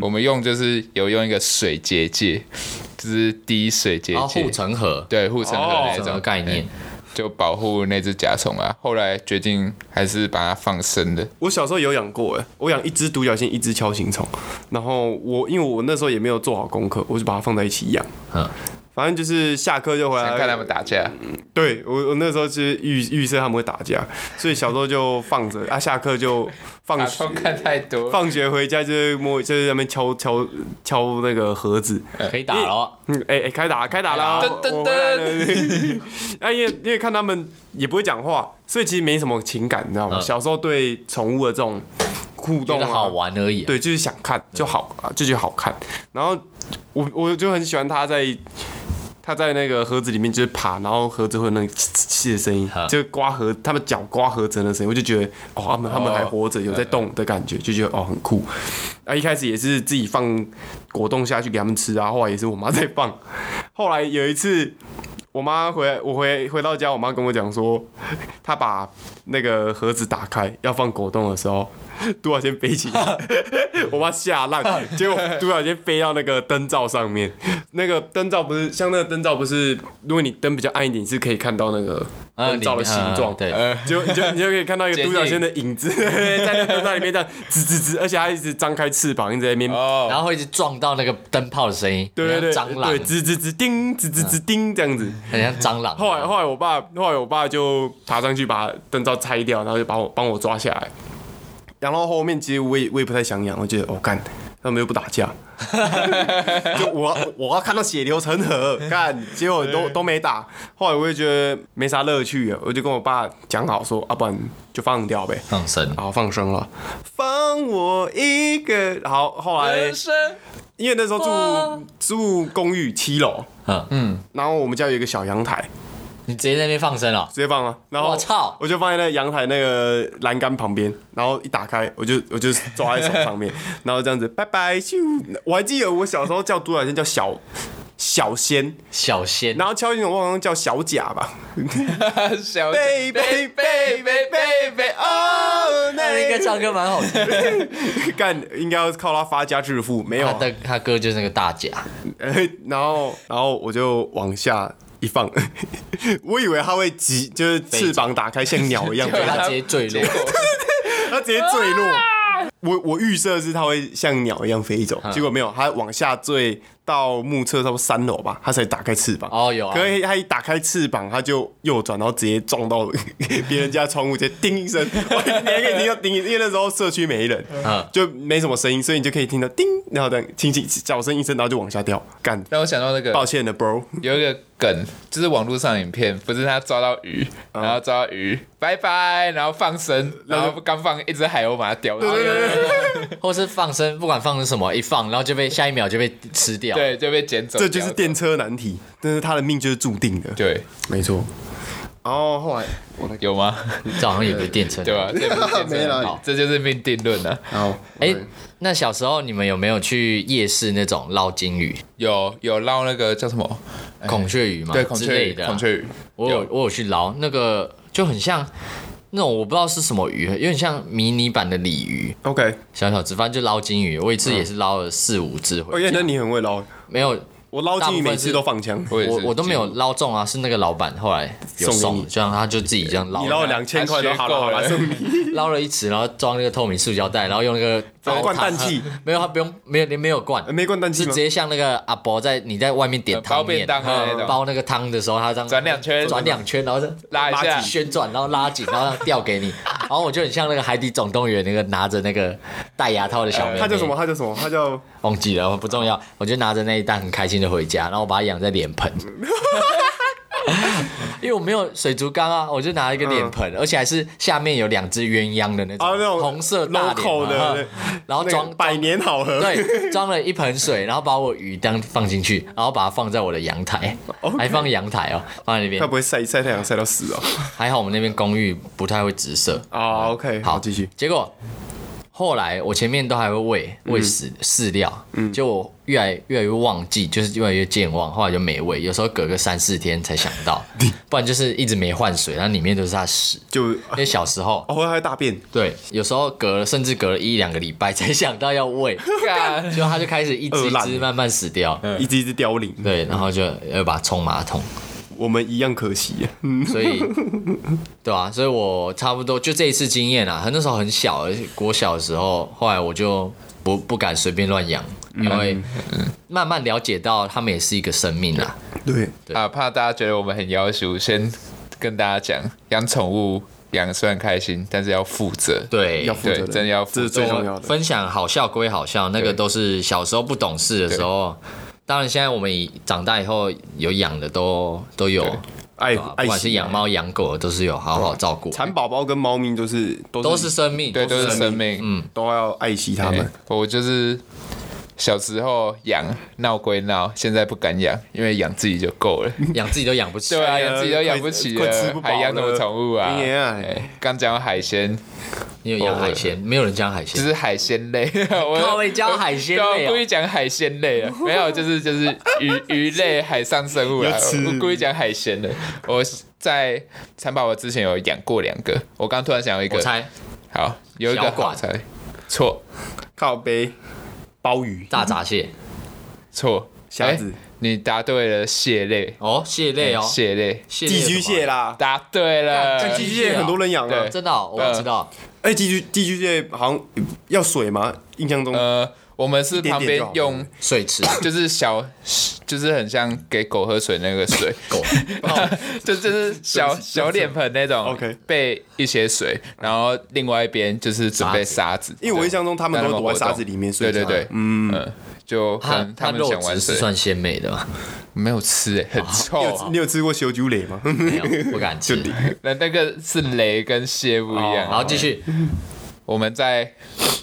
S3: 我们用就是有用一个水结界，就是滴水结
S1: 然后
S3: 界
S1: 哦护，城河，哦哎
S3: 对护城河那
S1: 护城河
S3: 种
S1: 概念，
S3: 就保护那只甲虫啊。后来决定还是把它放生的。
S2: 我小时候有养过，哎，我养一只独角仙，一只锹形虫。然后我因为我那时候也没有做好功课，我就把它放在一起养。
S1: 嗯
S2: 反正就是下课就回来
S1: 哎
S3: 想看他们打架，
S2: 对我，我那时候是预预设他们会打架，所以小时候就放着，啊，下课就放
S3: 打
S2: 学
S3: 通，看太多，
S2: 放学回家就是摸，就是在那边敲敲敲那个盒子，
S1: 可以打了。哦
S2: 嗯，哎、哎、开打开打啦！
S3: 噔噔噔
S2: 我回来了 啊，因为因为看他们也不会讲话，所以其实没什么情感，你知道吗？
S1: 嗯
S2: 小时候对宠物的这种互
S1: 觉
S2: 动、
S1: 得
S2: 啊、
S1: 好玩而已，
S2: 对，就是想看就好啊，就觉得好看。然后我我就很喜欢它在它在那个盒子里面就是爬，然后盒子会有那个嘁嘁嘁的声音
S1: 哈，
S2: 就刮盒，它们脚刮盒子的那个声音，我就觉得哦，他们他们还活着，有在动的感觉，就觉得哦很酷。啊，一开始也是自己放果冻下去给他们吃啊，后来也是我妈在放。后来有一次。我妈回来，我回回到家，我妈跟我讲说，她把那个盒子打开要放果冻的时候，独角仙飞起来，我妈吓烂，结果独角仙飞到那个灯罩上面，那个灯罩不是像那个灯罩不是，如果你灯比较暗一点，是可以看到那个
S1: 嗯
S2: 灯罩的形状，
S1: 嗯对
S2: 就你就你就可以看到一个
S3: 剪
S2: 独角仙的影子在那灯罩里面这样吱吱吱，而且它一直张开翅膀，一直在那边。
S1: 然
S3: 哦，
S1: 后会一直撞到那个灯泡的声音，
S2: 对对对，
S1: 很像蟑
S2: 对，
S1: 螂，
S2: 吱吱吱叮，吱吱吱叮，这样子。
S1: 很像蟑螂。
S2: 后来后来我爸后来我爸就爬上去把灯罩拆掉，然后就把我帮我抓下来。然后后面其实我也我也不太想养，我觉得我干、他们又不打 架，就我我要看到血流成河，干， 结果都都没打。后来我也觉得没啥乐趣了，我就跟我爸讲好说，啊，不然就放掉呗。
S1: 放生，
S2: 然后放生了，放我一个。好，后来
S3: 人生
S2: 因为那时候住住公寓七楼，
S1: 嗯嗯，
S2: 然后我们家有一个小阳台，
S1: 你直接在那边放生了，
S2: 直接放啊！然后
S1: 我操
S2: 我就放在那个阳台那个栏杆旁边，然后一打开，我就我就抓在手上面，然后这样子拜拜咻！我还记得我小时候叫独角仙叫小小仙，
S1: 小仙，
S2: 然后敲进我好像叫小甲吧，
S3: 小
S2: 贝贝贝贝贝贝哦，
S1: 那应该
S2: 叫
S1: 唱歌蛮好听。
S2: 干应该要靠他发家致富，没有
S1: 他
S2: 啊、
S1: 的他哥就是那个大甲，
S2: 哎 然后然后我就往下。一放， 我以为它会急，就是翅膀打开像鸟一样
S1: 被
S2: 飞
S1: 他直接坠落，
S2: 它直接坠落。我我预设是它会像鸟一样飞走，结果没有，它往下坠到目测差不多三楼吧，它才打开翅膀。
S1: 哦有啊
S2: 可是它一打开翅膀，它就右转，然后直接撞到 别人家窗户，直接叮一声， 我你还可以听到叮，因为那时候社区没人
S1: 嗯，
S2: 就没什么声音，所以你就可以听到叮，然后等轻轻小声一声，然后就往下掉。干，
S3: 让我想到那个
S2: 抱歉了，bro。
S3: 有一个梗，就是网络上影片，不是他抓到鱼，
S2: 嗯
S3: 然后抓到鱼，拜拜，然后放生，然后刚放一只海鸥把它叼走，
S1: 或是放生，不管放生什么，一放然后就被下一秒就被吃掉。
S3: 对，就被捡走。
S2: 这就是
S3: 叼
S2: 电车难题，但是他的命就是注定的。
S3: 走对，
S2: 没错。然后后来，
S3: 有 吗？
S1: 这好像也不是电车。
S3: 对吧？这不是
S2: 没
S3: 没
S2: 了
S3: 了，这就是命定论啊了。
S2: 然后
S1: 哎，那小时候你们有没有去夜市那种捞金鱼、
S3: 有有捞那个叫什么？
S1: 孔雀鱼嘛？
S3: 对，孔
S1: 之
S3: 雀
S1: 类
S3: 鱼，
S1: 的啊。
S3: 孔雀鱼，
S1: 我有我有去捞那个，就很像那种我不知道是什么鱼，有点像迷你版的鲤鱼，
S2: OK，
S1: 小小只，反正就捞金鱼。我一次也是捞了四五只
S2: 哦
S1: 回
S2: 耶，
S1: 家，
S2: 那你很会捞。
S1: 没有
S2: 我捞金鱼每次都放枪，
S3: 我也是
S1: 我我都没有捞中啊，是那个老板后来有
S2: 送给
S1: 送
S2: 你，
S1: 这样他就自己这样捞
S2: 你捞了
S3: 他
S2: 两千块都
S3: 他
S2: 好了，好了，
S3: 学够
S2: 送
S3: 了
S2: 你。
S1: 捞了一池，然后装那个透明塑胶袋，然后用那个
S2: 装
S1: 包
S2: 灌
S1: 糖
S2: 氮气，
S1: 没有，他不用，没有，你没有灌
S2: 呃。没灌氮
S1: 是
S2: 气
S1: 直
S2: 吗？
S1: 接像那个阿伯在你在外面点
S3: 呃包
S1: 汤面，
S3: 便当的那
S1: 嗯
S3: 种
S1: 包那个汤的时候，他这样
S3: 转两圈
S1: 转两圈，然后就
S3: 拉一下
S1: 紧旋转，然后拉紧，然后这样吊给 你。然后我就很像那个海底总动员那个拿着那个戴牙套的小妹妹，
S2: 呃他叫什么？？他叫什么？他叫
S1: 忘记了，不重要。我就拿着那一袋很开心的回家，然后我把它养在脸盆， 因为我没有水族缸啊，我就拿一个脸盆，而且还是下面有两只鸳鸯的那种，
S2: 嗯啊那种
S1: 红色大脸
S2: local
S1: 嘛
S2: 的
S1: 嗯，然后
S2: 那个
S1: 装
S2: 百年好 合。
S1: 对，装了一盆水，然后把我鱼当放进去，然后把它放在我的阳台
S2: OK
S1: 还放阳台哦，放在那
S2: 他
S1: 边
S2: 不。会晒晒太阳晒到死哦。
S1: 还好我们那边公寓不太会直射。
S2: 啊，OK，
S1: 好，
S2: 继续。。
S1: 结果后来我前面都还会喂
S2: 嗯
S1: 喂饲饲料，就我越来越来越忘记，就是越来越健忘，后来就没喂，有时候隔个三四天才想 到，不然就是一直没换水，然后里面都是它屎。
S2: 就
S1: 因为小时 候，
S2: 哦，还有大便，
S1: 对，有时候隔了甚至隔了一两个礼拜才想到要 喂，
S3: 干
S1: 就它就开始一只
S2: 饿
S1: 一
S2: 烂
S1: 只
S2: 了嗯
S1: 慢慢死掉，
S2: 一只一只凋零，
S1: 对，然后就要把它冲马桶。
S2: 我们一样可惜。嗯
S1: 所以，对啊，所以我差不多就这一次经验啊，那时候很小，而且国小的时候，后来我就不不敢随便乱养，因为慢慢了解到他们也是一个生命啊。
S2: 对，
S3: 啊，怕大家觉得我们很要求，先跟大家讲，养宠物养虽然开心，但是要负责。
S1: 对，
S2: 要负责
S3: 对，
S2: 任，
S3: 真的要负
S2: 这是
S3: 责
S2: 最重
S1: 我
S2: 要的。
S1: 分享好笑归好笑，那个
S3: 对
S1: 都是小时候不懂事的时候。当然，现在我们以长大以后有养的都都有，
S2: 爱
S1: 对吧啊
S2: 哎爱
S1: 不管是
S2: 惜啊
S1: 养猫养狗，都是有好好照顾，
S2: 蚕宝宝跟猫咪都是都
S1: 都是生命，
S3: 对，
S1: 都
S3: 都
S1: 是
S3: 是生命。
S1: 嗯，
S2: 都要爱惜它
S3: 对
S2: 们。
S3: 我就是小时候养闹归闹，现在不敢养，因为养自己就够 了。
S1: 养自己都养不起。
S3: 对啊，
S2: 呀
S3: 养自己都养不起
S2: 快吃
S3: 了
S2: 不，饱
S3: 还养什么
S2: 了
S3: 宠物啊？
S2: 哎呀
S3: 哎刚讲到海鲜，
S1: 你有养海鲜？没有人讲海鲜
S3: 就。是海鲜类。 我
S1: 靠你教海鲜类哦
S3: 对我故意讲海鲜类 啊，没有，就是就是鱼鱼类、海上 生物啦啊
S2: 要。吃
S3: 我故意讲海鲜的。我在蚕宝宝之前有养过两个，我刚突然想到一
S1: 我
S3: 个，
S1: 猜
S3: 好，有一个
S1: 小管
S3: 好猜，错
S2: 靠
S1: 哎
S2: 背，鲍鱼、
S1: 大闸蟹
S3: 错，
S2: 虾子
S3: 哎，你答对了蟹类，
S1: 哦，蟹类哦，
S3: 嗯蟹类，
S1: 蟹类有
S2: 寄
S1: 什
S2: 居
S1: 么
S2: 蟹，啦。
S3: 答对
S1: 干
S3: 了
S1: 寄。
S2: 寄
S1: 居
S2: 居
S1: 蟹
S2: 蟹
S1: 啊
S2: 很多人养啊
S3: 对，
S1: 真的哦，我不知道。
S2: 哎，寄居寄居蟹好像呃要水吗？印象中
S3: 呃，我们是
S2: 一点
S3: 旁
S2: 点
S3: 边
S2: 就好
S3: 用。
S1: 水池
S3: 就是小，就是很像给狗喝水那个水，
S1: 狗，
S3: 就就是 小小脸盆那种
S2: OK
S3: 备一些水，然后另外一边就是准备沙子，
S2: 因为我印象中他们都躲在沙子里面睡
S3: 对啊
S2: 觉
S3: 对对，嗯，呃就可
S1: 它
S3: 能他
S1: 它
S3: 们
S1: 肉
S3: 想玩
S1: 质是
S3: 水，
S1: 算鲜美的吗？
S3: 没有吃诶，很
S2: 你
S3: 臭啊
S2: 有。你有啊吃过修酒蕾吗？
S1: 没有，不敢吃。
S3: 那那个是雷跟蟹不一
S2: 哦
S3: 样。
S1: 然后继，续，
S3: 我们在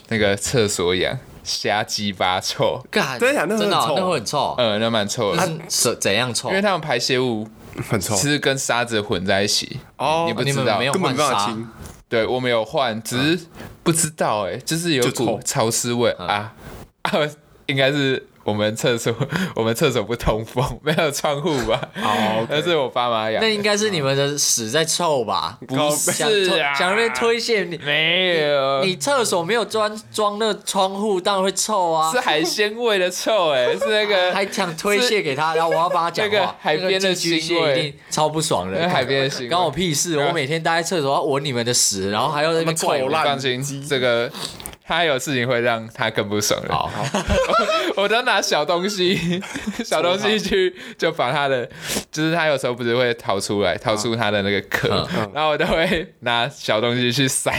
S3: 那个厕所养虾鸡巴臭，
S1: 干，
S2: 真的假的那会
S1: 真的哦
S2: 很臭
S1: 那会很臭。
S3: 呃，那蛮臭
S1: 它
S3: 的，
S1: 是怎样臭
S3: 因？为他们排泄物
S2: 很
S1: 哦
S2: 臭
S3: 其实跟沙子混在一起。
S2: 哦
S3: 你不
S1: 你
S3: 知
S1: 们
S3: 道
S1: 没有
S2: 根本
S1: 换
S2: 没办法
S1: 沙，
S2: 清。
S3: 对，我没有换，只
S1: 嗯
S3: 是不知道哎、就是有
S2: 就
S3: 股
S2: 臭
S3: 潮湿味啊 啊，应该是我们厕所 我们厕所不通风， 没有窗户吧？
S2: 哦
S3: 那是我爸妈养
S1: 那
S3: 的，
S1: 应该是你们的屎在臭吧？
S3: 不
S1: 想
S3: 是啊，
S1: 想被推卸你。
S3: 没有，
S1: 你厕所没有装装那窗户，当然会臭啊
S3: 是。海鲜味的臭哎、是那 个
S1: 还想推卸给他，然后我要帮他讲
S3: 那
S1: 话
S3: 个。海边的
S1: 那个寄居
S3: 腥
S1: 蟹
S3: 味
S1: 一定超不爽
S3: 那
S1: 的，
S3: 个海边的腥味
S1: 关我屁事！我每天待在厕所要闻你们的屎，然后还要在那边怪我
S2: 臭。烂
S3: 放心，这个他有事情会让他更不爽的。
S1: 好，
S3: 我都拿小 东西，小东西去就把它的，就是它有时候不是会逃出
S2: 啊
S3: 来，逃出它的那个壳，
S2: 嗯
S3: 然后我都会拿小东西去塞，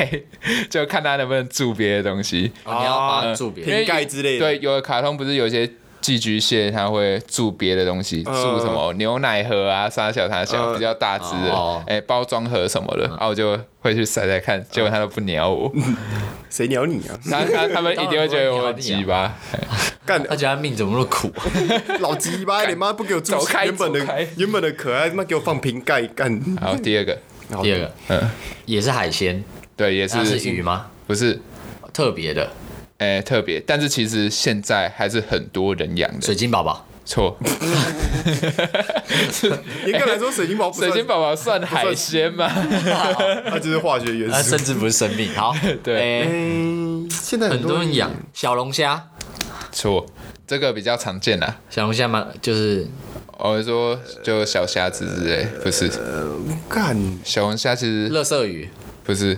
S3: 就看它能不能住别的东西。
S1: 哦你要帮他住别
S2: 瓶
S1: 人。
S2: 盖之类的
S3: 对，有的卡通不是有一些寄居蟹，它会住别的东西，住什么牛奶盒啊、沙小沙小，
S2: 嗯
S3: 比较大只的，哎、
S1: 哦
S3: 包装盒什么的，然后我就会去塞塞
S2: 嗯
S3: 看，结果它都不鸟 我，
S2: 谁鸟你啊？
S3: 它它它们一定会觉得我很鸡巴。
S2: 干
S1: 他觉得他命怎么那么 苦？
S2: 老鸡巴，你妈不给我住
S3: 走开
S2: 原本
S3: 走开
S2: 的原本的可爱，他妈给我放瓶盖干。
S3: 好，第二个，
S1: 第二个，
S3: 嗯，
S1: 也是海鲜，
S3: 对，也
S1: 它
S3: 是
S1: 是鱼吗？
S3: 不是。
S1: 特别的
S3: 哎、特别，但是其实现在还是很多人养的
S1: 水。晶宝宝，
S3: 错，
S2: 严格来说，水晶宝不算
S3: 水晶，宝宝算海鲜吗？
S2: 它就是化学元
S1: 它
S2: 素
S1: 啊甚。至不是生命。好，
S3: 对
S1: 哎，
S2: 嗯，现在
S1: 很多人养小龙虾，
S3: 错，这个比较常见啦。
S1: 小龙虾嘛，就是
S3: 我是说就小虾子之类，不是
S2: 干，
S3: 小龙虾，其实
S1: 乐色鱼，
S3: 不是，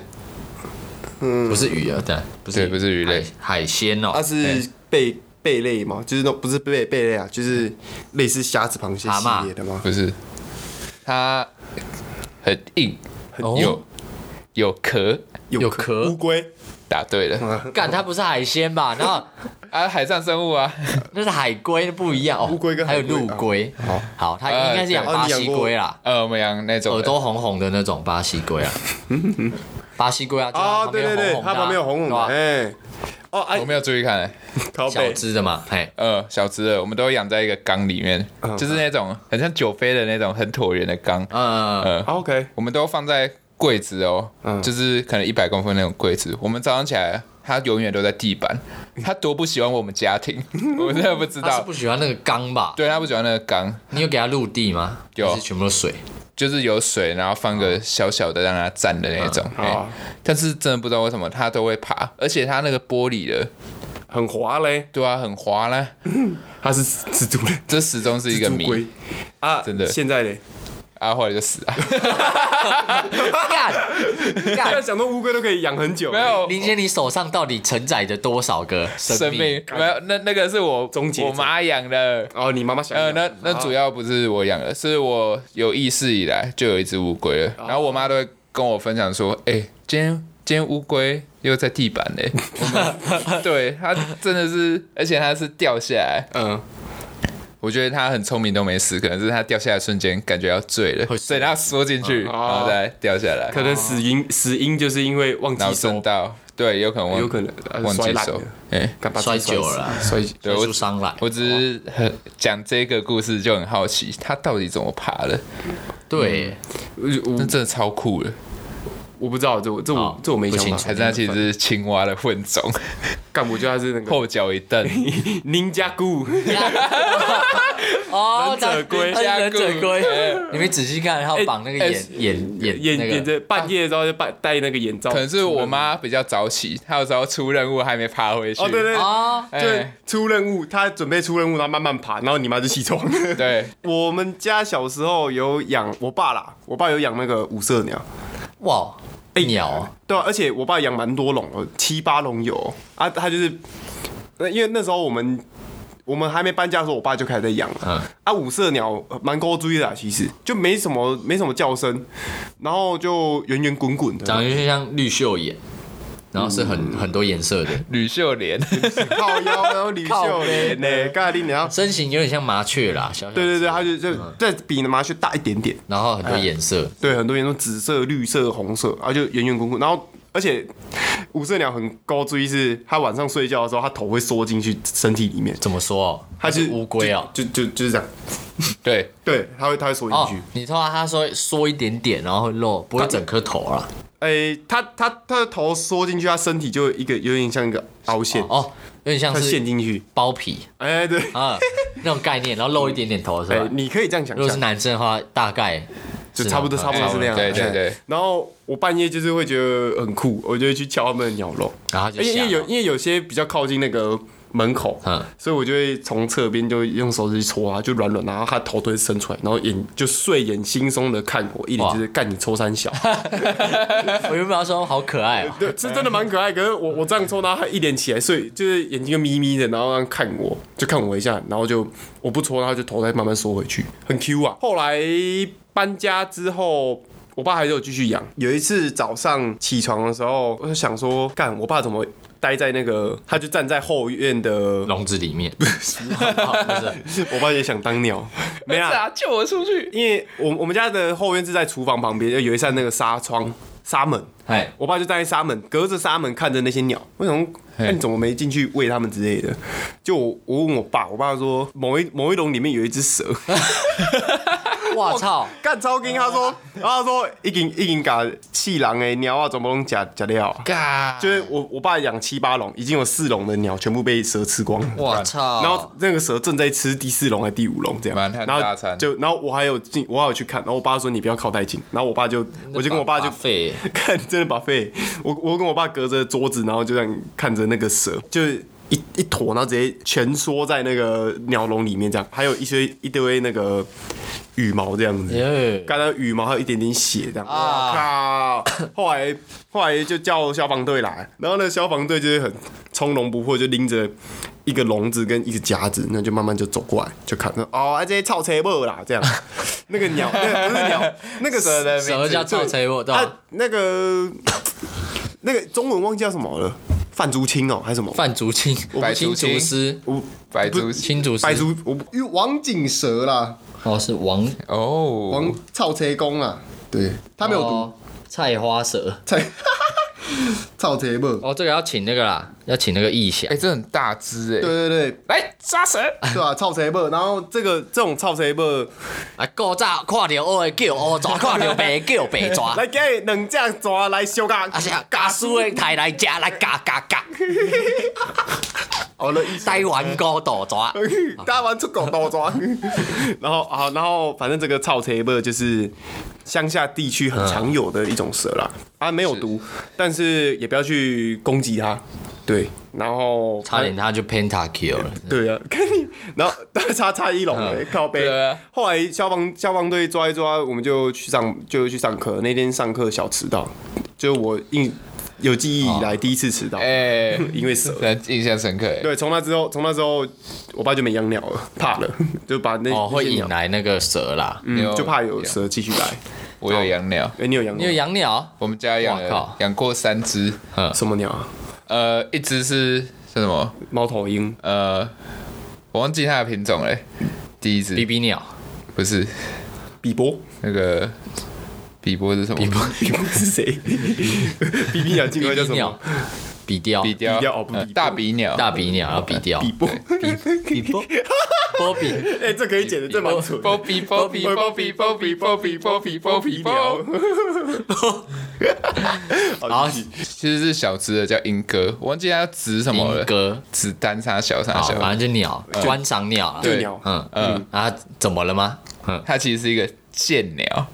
S1: 不是鱼啊，对，不是
S3: 嗯对不是鱼类啊
S1: 海海鲜哦
S2: 它，是贝贝类吗？就是那种不是贝贝类啊，就是类似虾子、螃蟹
S1: 蛤蟆
S2: 系列的吗？
S3: 不是，它很硬，
S1: 哦
S3: 有有壳，
S1: 有
S2: 壳
S1: 壳
S2: 乌龟，
S3: 答对了
S1: 干它不是海鲜吧？然后。
S3: 啊，海上生物啊，
S1: 那是海龟不一样哦，
S2: 乌龟跟
S1: 还有
S2: 海龟哦
S1: 陆龟。好，好，它
S3: 呃
S1: 应该是养
S2: 对哦
S1: 巴
S2: 你养
S1: 西
S2: 过
S1: 龟啦，
S3: 呃，我们养那种
S1: 耳
S3: 的
S1: 朵红红的那种巴西龟啊。 巴西龟啊，就
S2: 啊，
S1: 它
S2: 对对对，它旁
S1: 旁
S2: 边
S1: 边
S2: 有红红的，
S1: 对吧
S2: 哎，哦，哎
S3: 我，没有注意看、欸
S2: 靠
S1: 小
S2: 背，
S1: 只的嘛，嘿，
S3: 呃，小只的，我们都养在一个缸里面，就是那种很像酒杯的那种很椭圆的缸，
S1: 呃，
S3: 呃，
S2: 啊 OK，嗯
S3: 我们都放在柜子哦，就是可能一百公分那种柜子。我们早上起来他永远都在地板，
S2: 嗯
S3: 他多不喜欢我们家庭， 我们真的不知
S1: 他是
S3: 道
S1: 不。喜欢那个缸吧？
S3: 对他不喜欢那个缸，
S1: 你有给他陆地吗？
S3: 有
S1: 还是全部都 水。
S3: 就是有水，然后放个小小的让它站的那种。哎
S2: 啊
S3: 但是真的不知道为什么它都会爬，而且它那个玻璃的，
S2: 很滑嘞，
S3: 对啊，很滑啦，
S2: 它是蜘蛛嘞，
S3: 这始终是一
S2: 蜘
S3: 个
S2: 蛛
S3: 谜。
S2: 龟啊，
S3: 真的
S2: 现在嘞，
S3: 啊，后来就死了。
S1: 干
S2: 现 在
S1: 干，
S2: 想到乌龟都可以养很久，
S3: 没有
S1: 林姐，你手上到底承载着多少个
S3: 生
S1: 命？
S3: 命，没有那那个是我
S2: 终结者
S3: 我妈养的。
S2: 哦，你妈妈想
S3: 呃，
S2: 养
S3: 那那主要不是我养的，是我有意识以来就有一只乌龟
S2: 哦
S3: 了。然后我妈都会跟我分享说，哎、今天今天乌龟又在地板嘞、我们 对，它真的是，而且它是掉下来，
S2: 嗯，
S3: 我觉得它很聪明都没死，可能是它掉下来的瞬间感觉要醉了，
S1: 会死
S3: 所以它缩进去，然后再掉下来，
S2: 哦可能死因死因就是因为忘
S3: 然后
S2: 记
S3: 震
S2: 收，
S3: 到，对，有可能忘
S2: 有可能啊
S3: 忘
S2: 摔
S3: 记
S2: 烂
S3: 收
S2: 了，
S3: 哎、
S2: 干把自
S1: 摔
S2: 己
S1: 久
S2: 死
S1: 了啊，
S2: 摔久
S3: 对我
S1: 摔出伤来。
S3: 我只是很讲这个故事就很好奇，它到底怎么爬的？
S2: 嗯
S1: 对，
S2: 我
S3: 那
S2: 我
S3: 真的超酷的，
S2: 我不知道，这我这我
S1: 哦
S2: 这我没
S1: 不
S2: 想
S1: 清
S2: 法
S1: 楚，
S3: 还是它其实是青蛙的 混种，
S2: 干我觉得它是那个
S3: 后脚一蹬，
S2: 宁家姑，
S1: 哦，
S2: 忍者龟
S1: 它是忍者
S3: 哎
S1: 龟，你们仔细看，他绑那个
S3: 哎
S1: 眼眼眼
S2: 演
S1: 那
S2: 演
S1: 个，
S2: 着半夜的时候就戴戴那个眼罩，
S3: 可能是我妈比较早起，她有时候出任务还没爬回去。
S2: 哦对对
S1: 哦，
S2: 对
S3: 哎，
S2: 出任务，他准备出任务，他慢慢爬，然后你妈就起床。
S3: 对，
S2: 我们家小时候有养我爸啦，我爸有养那个五色鸟，
S1: 哇，鸟啊，
S2: 对、啊，而且我爸养蛮多笼哦，七八笼有哦啊。他就是，呃因为那时候我们我们还没搬家的时候，我爸就开始在养了。
S1: 嗯
S2: 啊，五色鸟呃蛮够追的啊，其实就没什么没什么叫声，然后就圆圆滚滚的。
S1: 长得就像绿袖眼，然后是
S2: 嗯
S1: 很很多颜色的，
S3: 吕 秀莲，
S2: 靠腰，然后李
S1: 靠
S2: 秀
S1: 背
S2: 莲呢，咖喱，然后
S1: 身形有点像麻雀啦，小小
S2: 对对对，
S1: 只
S2: 他就就
S1: 嗯
S2: 再比麻雀大一点点。
S1: 然后很多颜色，
S2: 对，很多颜色，紫色、绿色、红色，然后就圆圆滚滚，然后。而且五色鸟很高注意是，它晚上睡觉的时候，它头会缩进去身体里面，
S1: 怎么说哦？
S2: 它
S1: 是乌龟哦。
S2: 就就就就是这样，
S3: 对，
S2: 对，它会它会缩进
S1: 哦
S2: 去。，
S1: 你知道它说缩一点点，然后会露，不会整颗头啊。
S2: 哎、它它它的头缩进去，它身体就有一个有点像一个凹陷，
S1: 哦，有点像
S2: 它陷
S1: 是
S2: 进去。
S1: 包皮
S2: 哎、对，
S1: 啊那种概念，然后露一点点头是
S2: 哎、
S1: 吧？
S2: 你可以这样想
S1: 如果是
S2: 象，
S1: 男生的话，大概
S2: 就差不多
S1: 是
S2: 差
S1: 那
S2: 不
S1: 种
S2: 多是那样。
S3: 对对
S2: 哎
S3: 对。
S2: 然后我半夜就是会觉得很酷，我就会去敲他们的鸟笼，
S1: 然后就
S2: 因为因
S1: 吓
S2: 为
S1: 到
S2: 有因为有些比较靠近那个门口，
S1: 嗯，
S2: 所以我就会从侧边就用手指去戳它，就软软，然后它头都会伸出来，然后眼就睡眼惺忪的看我，一脸就是干你抽三小，
S1: 我原本要说好可爱哦，
S2: 对，是真的蛮可爱。可是我我这样抽它，它一脸起来睡，就是眼睛就眯眯的，然后这样看我，就看我一下，然后就我不戳它，就头再慢慢缩回去，很 Q 啊。后来搬家之后。我爸还是有继续养。有一次早上起床的时候，我就想说，干，我爸怎么待在那个？他就站在后院的。
S1: 笼子里面，不是，不
S2: 我爸也想当鸟，没啦，
S3: 啊，救我出去！
S2: 因为我我们家的后院是在厨房旁边，有一扇那个纱窗纱门，
S1: 哎，
S2: 我爸就站在纱门，隔着纱门看着那些鸟，为什么？那、你怎么没进去喂它们之类的？就我我问我爸，我爸说某一某一笼里面有一只蛇，
S1: 我操，
S2: 干超惊，他说，然后他说已经已经把气狼诶鸟啊，全部拢夹夹掉啊。
S3: 嘎，
S2: 就是我我爸养七八笼，已经有四笼的鸟全部被蛇吃光了。
S1: 我操，
S2: 然后那个蛇正在吃第四笼还是第五笼这样
S3: 蛮，汉
S2: 然
S3: 大餐
S2: 后就然后我还有进，我还有去看，然后我爸说你不要靠太近，然后我爸就我就跟我爸就
S1: 废，
S2: 看真的把肺，我我跟我爸隔着桌子，然后就这样看着那个蛇，就是一一坨，然后直接蜷缩在那个鸟笼里面这样，还有一些一堆那个羽毛这
S1: 哎
S2: 样子。
S1: 耶，
S2: 刚刚羽毛还有一点点血，这样。
S1: 啊
S2: 啊靠！后来后来就叫消防队来，然后呢，消防队就是很从容不迫，就拎着一个笼子跟一个夹子，那就慢慢就走过来，就看到哦，啊这些臭车母啦，这样。那个鸟，那个不是鸟，那个
S3: 蛇的名字
S1: 什么叫臭贼我？对
S2: 啊
S1: 吧？，
S2: 那个那个中文忘记叫什么了，范竹青哦，还是什么？
S1: 范竹清，
S3: 白
S1: 青
S3: 竹
S1: 竹
S3: 青
S1: 丝，
S2: 我
S3: 白猪
S1: 青竹丝
S2: 白，竹，我因为王锦蛇啦，
S1: 哦，是王
S3: 哦，
S2: 王操车公啦，对他没有读
S1: 哦菜花蛇，
S2: 菜，操贼不？
S1: 哦，这个要请那个啦，要请那个意
S3: 哎、
S1: 象，
S3: 这很大只哎、
S2: 对对对，
S3: 来抓蛇，
S2: 对吧、啊？操贼不？然后这个这种操贼不，
S1: 啊，古早看到乌的叫乌蛇，看到白的叫白蛇，
S2: 来给两只蛇来相加。
S1: 啊是啊，家输的抬来吃来嘎嘎嘎，
S2: 好了， 一
S1: 台湾古道蛇，
S2: 大家玩出狗刀抓，然后啊，然后反正这个草贼吧，就是乡下地区很常有的一种蛇啦，啊，没有毒，但是也不要去攻击它，对，然后
S1: 差点他就 pentakill 了。
S2: 对啊， 看你，然后大家差一龙哎，靠背
S3: 对啊。
S2: 后来消防消防队抓一抓，我们就去上就去上课，那天上课小迟到，就我印有记忆以来第一次迟到，
S3: 哎、
S2: 因为蛇。
S3: 那印象深刻哎、
S2: 对，从那之后，从那之后，我爸就没养鸟了， 怕了，就把那
S1: 哦，
S2: 那
S1: 会
S2: 些鸟
S1: 引来那个蛇啦。
S3: 你有
S2: 嗯，就怕有蛇继续来。
S3: 我有养鸟，
S2: 哎、你有养
S1: 你有养鸟？
S3: 我们家养
S1: 哇靠
S3: 了养过三只，
S2: 什么鸟啊？
S3: 呃，一只是是什么？
S2: 猫头鹰、
S3: 呃，我忘记它的品种嘞、第一只
S1: 比比鸟，
S3: 不是
S2: 比波、
S3: 那个比波是什么？比波
S2: 比波是谁？比比鸟进来叫
S1: 比
S2: 什么
S1: 鸟？，比雕，
S3: 比雕
S2: 比雕哦不是
S3: 呃
S2: 比波
S3: 大比鸟，
S1: 大比鸟要比雕，
S2: 比波。
S1: 比波，波比，
S2: 哎、这可以剪的，这蛮蠢的。
S3: 波比波比波比波比波比波比波比
S2: 鸟
S3: 波，，
S1: 好
S2: 好，继续
S3: 其实是小只的叫莺歌，我忘记它指什么
S1: 莺
S3: 了，
S1: 歌，
S3: 指单叉小叉
S1: 好，
S3: 小。
S1: 反正就鸟，观赏鸟啦。
S2: 对
S3: 对
S2: 鸟，
S1: 嗯
S3: 嗯
S1: 嗯，啊，怎么了吗？嗯，
S3: 它其实是一个贱鸟，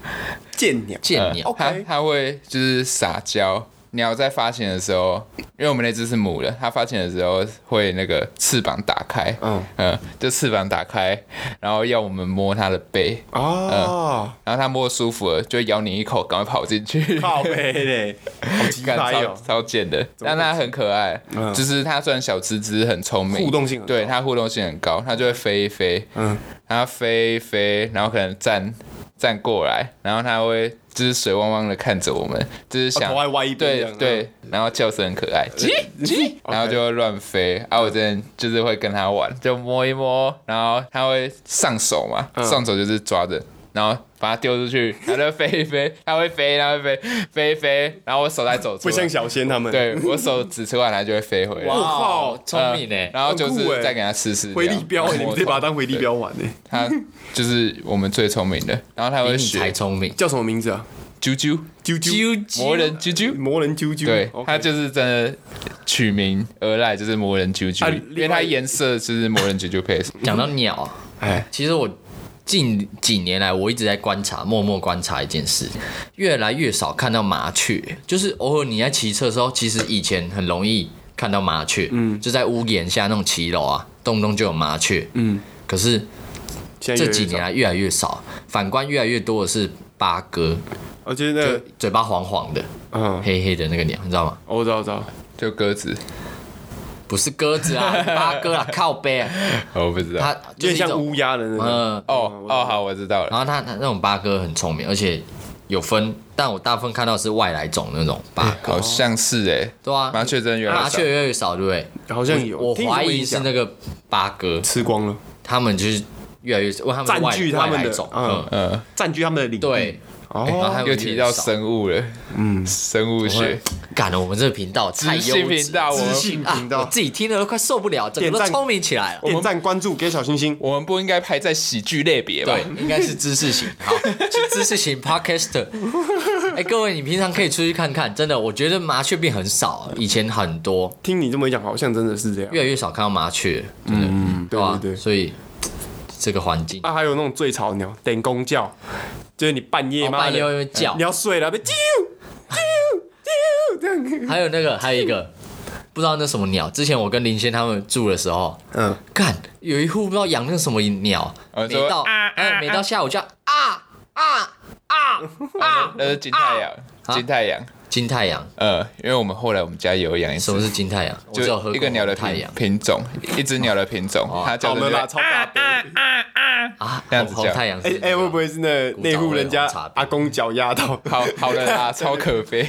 S2: 剑鸟，
S1: 贱
S3: 呃
S1: 鸟，
S2: OK
S3: 它它会就是撒娇。鸟在发情的时候，因为我们那只是母的，它发情的时候会那个翅膀打开，
S2: 嗯
S3: 嗯嗯，就翅膀打开，然后要我们摸它的背，
S2: 哦，
S3: 然后它摸舒服了就会咬你一口，赶快跑进去。
S2: 靠背嘞，好鸡
S3: 干
S2: 掰
S3: 超
S2: 哦。
S3: 超贱的，但它很可爱，
S2: 嗯
S3: 就是它虽然小只只很聪明，
S2: 互动性很高
S3: 对它互动性很高，它就会飞一飞，
S2: 嗯
S3: 嗯，它飞一飞，然后可能站站过来，然后它会就是水汪汪的看着我们，就是
S2: 哦
S3: 想
S2: 头还歪一边这
S3: 对
S2: 样嗯呃
S3: 对，然后叫声很可爱，叽叽，然后就会乱飞，啊，我真的就是会跟它玩，就摸一摸，然后它会上手嘛，
S2: 嗯
S3: 上手就是抓着。然后把它丢出去，它就飞一飞， 它会飞，它会飞，飞一飞，然后我手再走出
S2: 不
S3: 来，
S2: 像小仙他们，，
S3: 对我手指出来，它就会飞回来。
S1: 哇
S2: 靠
S1: 哦，聪明
S3: 呃
S1: 呢。
S3: 然后就
S2: 很酷欸
S3: 是再给它吃吃
S2: 回力镖，你们可以把它
S3: 它
S2: 当回力，镖玩呢。
S3: 它就是我们最聪明的。然后它
S1: 比
S3: 会
S1: 你才
S3: 学
S1: 聪明，
S2: 叫什么名字啊？
S3: 啾啾
S2: 啾啾，
S1: 啾啾，
S3: 魔人啾啾，
S2: 魔人啾啾，
S3: 对，
S2: OK
S3: 它就是真的取名而来，就是魔人啾
S2: 啊
S3: 啾，因
S2: 另
S3: 为
S2: 外
S3: 它颜色就是魔人啾啾配色。
S1: 讲到鸟，
S2: 哎，
S1: 其实我近几年来，我一直在观察，默默观察一件事，越来越少看到麻雀。就是偶尔你在骑车的时候，其实以前很容易看到麻雀，嗯，就在屋檐下那种骑楼啊，动不动就有麻雀，
S2: 嗯，
S1: 可是
S2: 现
S1: 这
S2: 在越来越
S1: 几年
S2: 少，
S1: 来越来越少，反观越来越多的是八哥，
S2: 而且哦那
S1: 就
S2: 个，
S1: 嘴巴黄黄的、
S2: 嗯，
S1: 黑黑的那个鸟，你知道吗？
S2: 我知道，我知道，
S3: 就鸽子，
S1: 不是鸽子啊， 八哥啊，靠背、啊，
S3: 哦我不知
S1: 它
S3: 道。
S1: 就
S2: 就是
S1: 一
S2: 像
S1: 种
S2: 乌鸦的那个，
S1: 嗯，
S3: 哦哦，好，我知道了。
S1: 然后它它那种八哥很聪明，而且有分，但我大部分看到是外来种那种八哥，
S3: 好像是哎，
S1: 对啊，
S3: 麻雀真的越来越少
S1: 麻雀越来越少，对不对？
S2: 好像有，
S1: 我
S2: 听你这么
S1: 怀
S2: 一
S1: 疑是
S2: 讲
S1: 那个八哥，
S2: 吃光了，
S1: 他们就是越来越少，因为他们是
S2: 占据
S1: 外
S2: 他们
S1: 外
S2: 的
S1: 来种，
S2: 嗯
S1: 嗯，
S3: 嗯，
S2: 占据他们的领地，
S1: 对，哎然后
S2: 哦，
S1: 还有
S3: 又提到
S1: 生
S3: 生物了，嗯，生物学。
S1: 干了，我们这个频道太
S3: 知
S1: 优
S3: 性
S1: 质
S3: 频道，哦我
S2: 知
S3: 们
S2: 性
S1: 啊
S2: 频，道
S1: 我自己听的都快受不了，整个
S2: 哦点
S1: 都
S2: 赞
S1: 聪明起来了。
S2: 点赞关注给小星星，
S3: 我们不应该排在喜剧类别吧？
S1: 对，应该是知识型， 好，是知识型 podcaster。哎、各位，你平常可以出去看看，真的，我觉得麻雀病很少，以前很多，
S2: 听你这么一讲，好像真的是这样。
S1: 越来越少看到麻雀，真的，嗯、
S2: 对
S1: 吧？
S2: 对对
S1: 所以这个环 境，
S2: 啊，还有那种最吵的鸟，点公叫，就是你半夜
S1: 哦
S2: 妈
S1: 半夜
S2: 的
S1: 会叫
S2: 你要睡了，被啾啾啾 这样。
S1: 还有那个，还有一个，不知道那什么鸟，之前我跟林先他们住的时候，
S2: 嗯，
S1: 干有一户不知道养那个什么鸟，
S3: 哦
S1: 每
S3: 说
S1: 到
S3: 啊啊
S1: 哎、每到下午就啊啊啊
S3: 啊，那是金太阳，金太阳。
S1: 金太阳，
S3: 呃，因为我们后来我们家也有养一
S1: 什么
S3: 只，
S1: 是金太阳？我只有喝
S3: 就
S1: 过
S3: 一个鸟的
S1: 太
S3: 品
S1: 阳哦
S3: 品种，一只鸟的品种，它叫
S2: 好
S3: 做
S2: 了啦，超大杯。
S1: 啊，
S3: 这样子
S1: 红
S3: 叫
S1: 红太阳是
S2: 哎
S1: 那个，
S2: 哎，会不会是那
S1: 古早味
S2: 那户人家
S1: 红茶杯
S2: 阿公脚压到？
S3: 好 好了啦，超可 悲。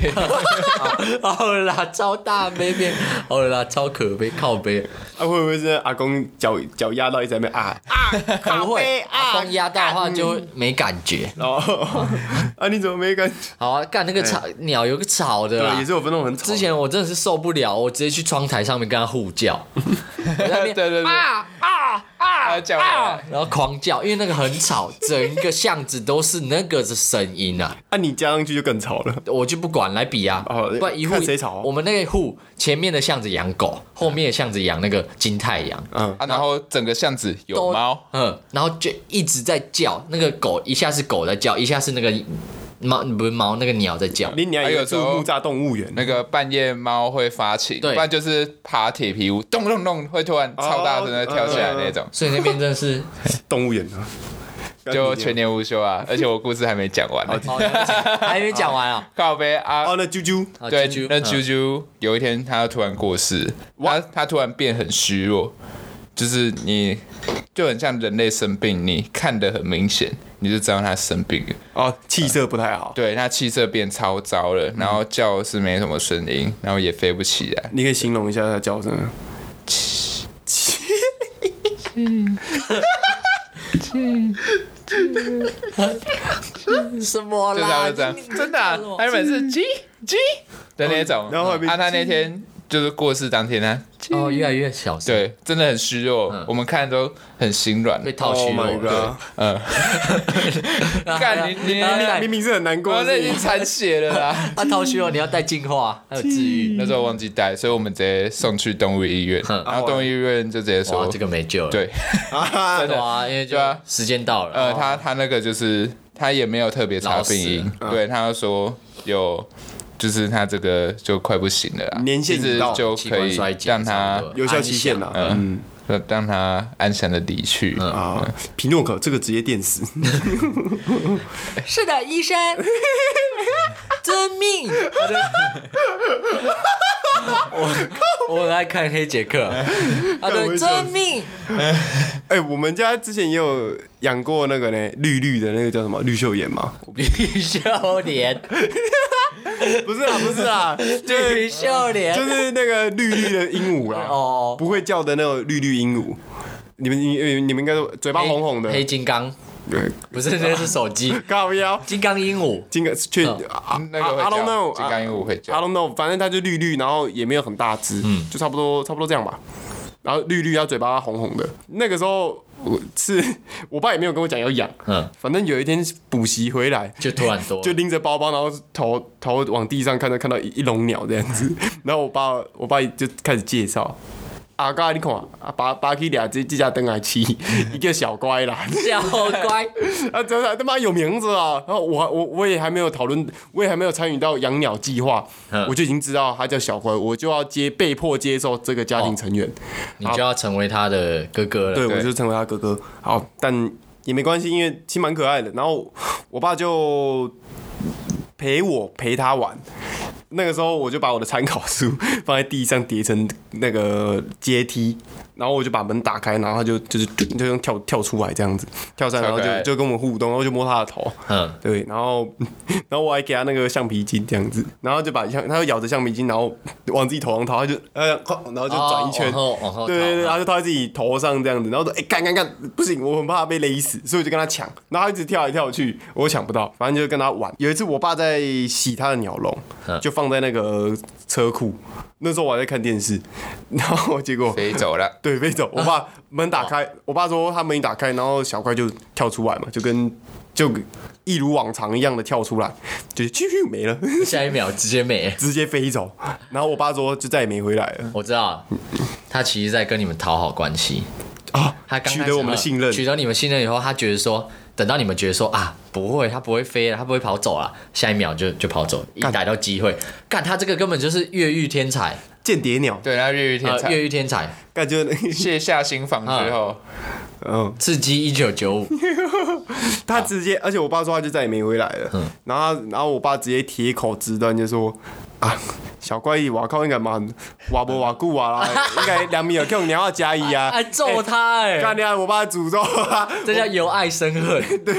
S1: 好了啦，超大杯 杯，好了啦，超可悲，靠杯，
S2: 啊，会不会是那阿公脚脚压到一直在那边啊啊？
S1: 不会，
S2: 啊
S1: 阿公压大的话就会没感觉。
S2: 然
S3: 哦
S2: 后 啊，你怎么没感觉？
S1: 好啊，干那个吵鸟有个吵的啦
S2: 哎对，也是有分那种很吵的。
S1: 之前我真的是受不了，我直接去窗台上面跟他互叫，
S3: 对 对对，啊啊啊！讲完了，
S1: 然后狂叫，因为那个很吵，整个巷子都是那个的声音啊，
S2: 啊，你加上去就更吵了。
S1: 我就不管来比啊，
S2: 哦
S1: 不然一户
S2: 看谁吵啊
S1: 我们那一户前面的巷子养狗，后面的巷子养那个金太阳，
S2: 嗯，
S3: 啊，然后整个巷子有
S1: 都
S3: 猫，，
S1: 嗯，然后就一直在叫，那个狗一下是狗在叫，一下是那个猫不是猫那个鸟在叫，
S2: 你娘
S3: 还有
S2: 也
S3: 时
S2: 住
S3: 候
S2: 木栅动物园，
S3: 那个半夜猫会发情，不
S1: 对
S3: 然就是爬铁皮屋，咚咚咚会突然超大声的跳起来那种，
S1: 所以那边真的 是
S2: 动物园啊，
S3: 就全年无休啊！而且我故事还没讲完呢，
S1: 哦还没讲完 啊，
S3: 告别
S2: 哦，
S3: 啊，
S2: 那啾啾，
S1: 好
S3: 对
S1: 啾啾，
S3: 那
S1: 嗯
S3: 啾啾有一天他突然过世，他他突然变很虚弱，就是你就很像人类生病，你看得很明显，你就知道他生病了。
S2: 哦，气色不太好，
S3: 对，他气色变超糟了，然后叫是没什么声音，然后也飞不起来。
S2: 你可以形容一下它叫声吗。
S1: 什么
S3: 就
S1: 啦
S3: 他就这样，真的、啊
S1: 你，
S3: 他原本是鸡鸡的那种，
S2: 然后后面
S3: 啊，他那天就是过世当天呢，
S1: 哦，越来越小声，
S3: 对，真的很虚弱，我们看都很心软。
S1: 嗯被套虚
S2: Oh
S3: 哦
S2: my
S1: 了。
S2: god！
S3: 干你你你
S1: 然后
S3: 你
S1: 带
S2: 明明是很难
S3: 我
S2: 过，
S3: 哦那已
S2: 是
S3: 经残血了 啦。
S1: 啊，套虚了，你要带净化，还有治愈。
S3: 那时候忘记带，所以我们直接送去动物医院，
S1: 嗯
S3: 然后动物医院就直接
S1: 哇，
S3: 说
S1: 这，个没救了。，
S3: 对，
S2: 啊
S1: 对啊，因为就
S3: 对啊
S1: 时间到了。
S3: 呃，
S1: 哦
S3: 他他那个就是他也没有特别查病因，对，他就说有，就是他这个就快不行了啦，
S2: 年限
S3: 其实
S2: 已到
S3: 就
S1: 器
S3: 可
S1: 官
S3: 以
S1: 衰竭
S3: 让
S1: 差
S3: 他
S1: 不多
S2: 有效期限了。嗯
S3: 呃让他安详的离去。
S1: 嗯
S3: 嗯
S2: 啊，皮诺可这个直接电死，
S1: 是的，医生，遵命。我我来看黑杰 克，啊
S2: 我
S1: 对，
S2: 也是
S1: 遵命。
S2: 哎，我们家之前也有养过那个呢，绿绿的那个叫什么绿袖眼嘛？
S1: 吕秀莲，
S2: 不是啦，啊不 是啦，就是
S1: 吕秀 莲，
S2: 就是那个绿绿的鹦鹉啦，
S1: 哦
S2: 不会叫的那种绿绿鹦鹉。你们你呃你们应该都嘴巴
S1: 黑
S2: 红红的，
S1: 黑金刚，
S2: 对，
S1: 不是那是手 机，
S2: 靠腰，
S1: 金刚鹦鹉。
S2: 金刚去
S1: 嗯
S2: 啊
S3: 那个会
S2: I don't
S3: 叫
S2: know，啊
S3: 金刚鹦鹉会叫
S2: I，don't know，反正它就绿绿，然后也没有很大只，
S1: 嗯
S2: 就差不多差不多这样吧。然后绿绿，它嘴巴红红的。那个时候我是我爸也没有跟我讲要养，
S1: 嗯，
S2: 反正有一天补习回来。
S1: 就突然多，
S2: 就拎着包包，然后头头往地上看，就看到一一笼鸟这样子。 然后我爸我爸就开始介绍，啊，刚才你看啊，把把去俩这这家灯来 吃，一个小乖啦，
S1: 小乖，
S2: 啊，真的他妈有名字啊！然后我还我我也还没有讨论，我也还没有参与到养鸟计划
S1: 嗯，
S2: 我就已经知道他叫小辉，我就要接被迫接受这个家庭成员，
S1: 你就要成为他的哥哥了。
S2: 对
S3: 对
S2: 我就成为他哥哥。好，但也没关系，因为其实蛮可爱的。然后我爸就陪我陪他玩。那个时候我就把我的参考书 放在地上叠成那个阶梯，然后我就把门打开，然后他就就是就用跳跳出来这样子，跳上来，然
S3: 超
S2: 后
S3: 可爱
S2: 就就跟我们互动，然后就摸他的头，
S1: 嗯，
S2: 对，然后 然后我还给他那个橡皮筋这样子，然后就把橡，他就咬着橡皮筋，然后往自己头上掏，他就呃，哐然后就转一圈。
S1: 哦往后往后
S2: 对对对，
S1: 倒
S2: 然后就套在自己头上这样子，然后说：“哎、干干干，不行，我很怕被勒死，所以我就跟他抢。”然后他一直跳来跳去，我抢不到，反正就跟他玩。有一次，我爸在洗他的鸟笼，就放在那个车库。那时候我还在看电视，然后结果
S3: 飞走了。
S2: 对，飞走。我爸门打开，我爸说他门一打开，然后小怪就跳出来嘛，就跟就一如往常一样的跳出来，就咻咻没了，
S1: 下一秒直接没。
S2: 直接飞走。然后我爸说就再也没回来了。
S1: 我知道，他其实在跟你们讨好关系。
S2: 啊，
S1: 他刚
S2: 取
S1: 开始
S2: 得我们的信任，
S1: 取得你们信任以后，他觉得说，等到你们觉得说啊，不会，他不会飞了，他不会跑走了，下一秒就就跑走，一逮到机会，干他这个根本就是越狱天才，
S2: 间谍鸟，
S3: 对，他越狱天
S1: 呃，
S3: 才
S1: 越狱天才，
S2: 感 觉
S3: 卸下心防
S2: 啊
S3: 之后，
S2: 嗯，
S1: 刺激一九九五，
S2: 他直接，而且我爸说他就再也没回来了。然后他，然后我爸直接铁口直断就说啊。小怪异，我靠，应该蛮瓦不瓦固瓦啦，应该两米有空，你要加一 啊！
S1: 哎，揍他哎、
S2: 干你啊！我爸诅咒他，
S1: 这叫由爱生 恨，对，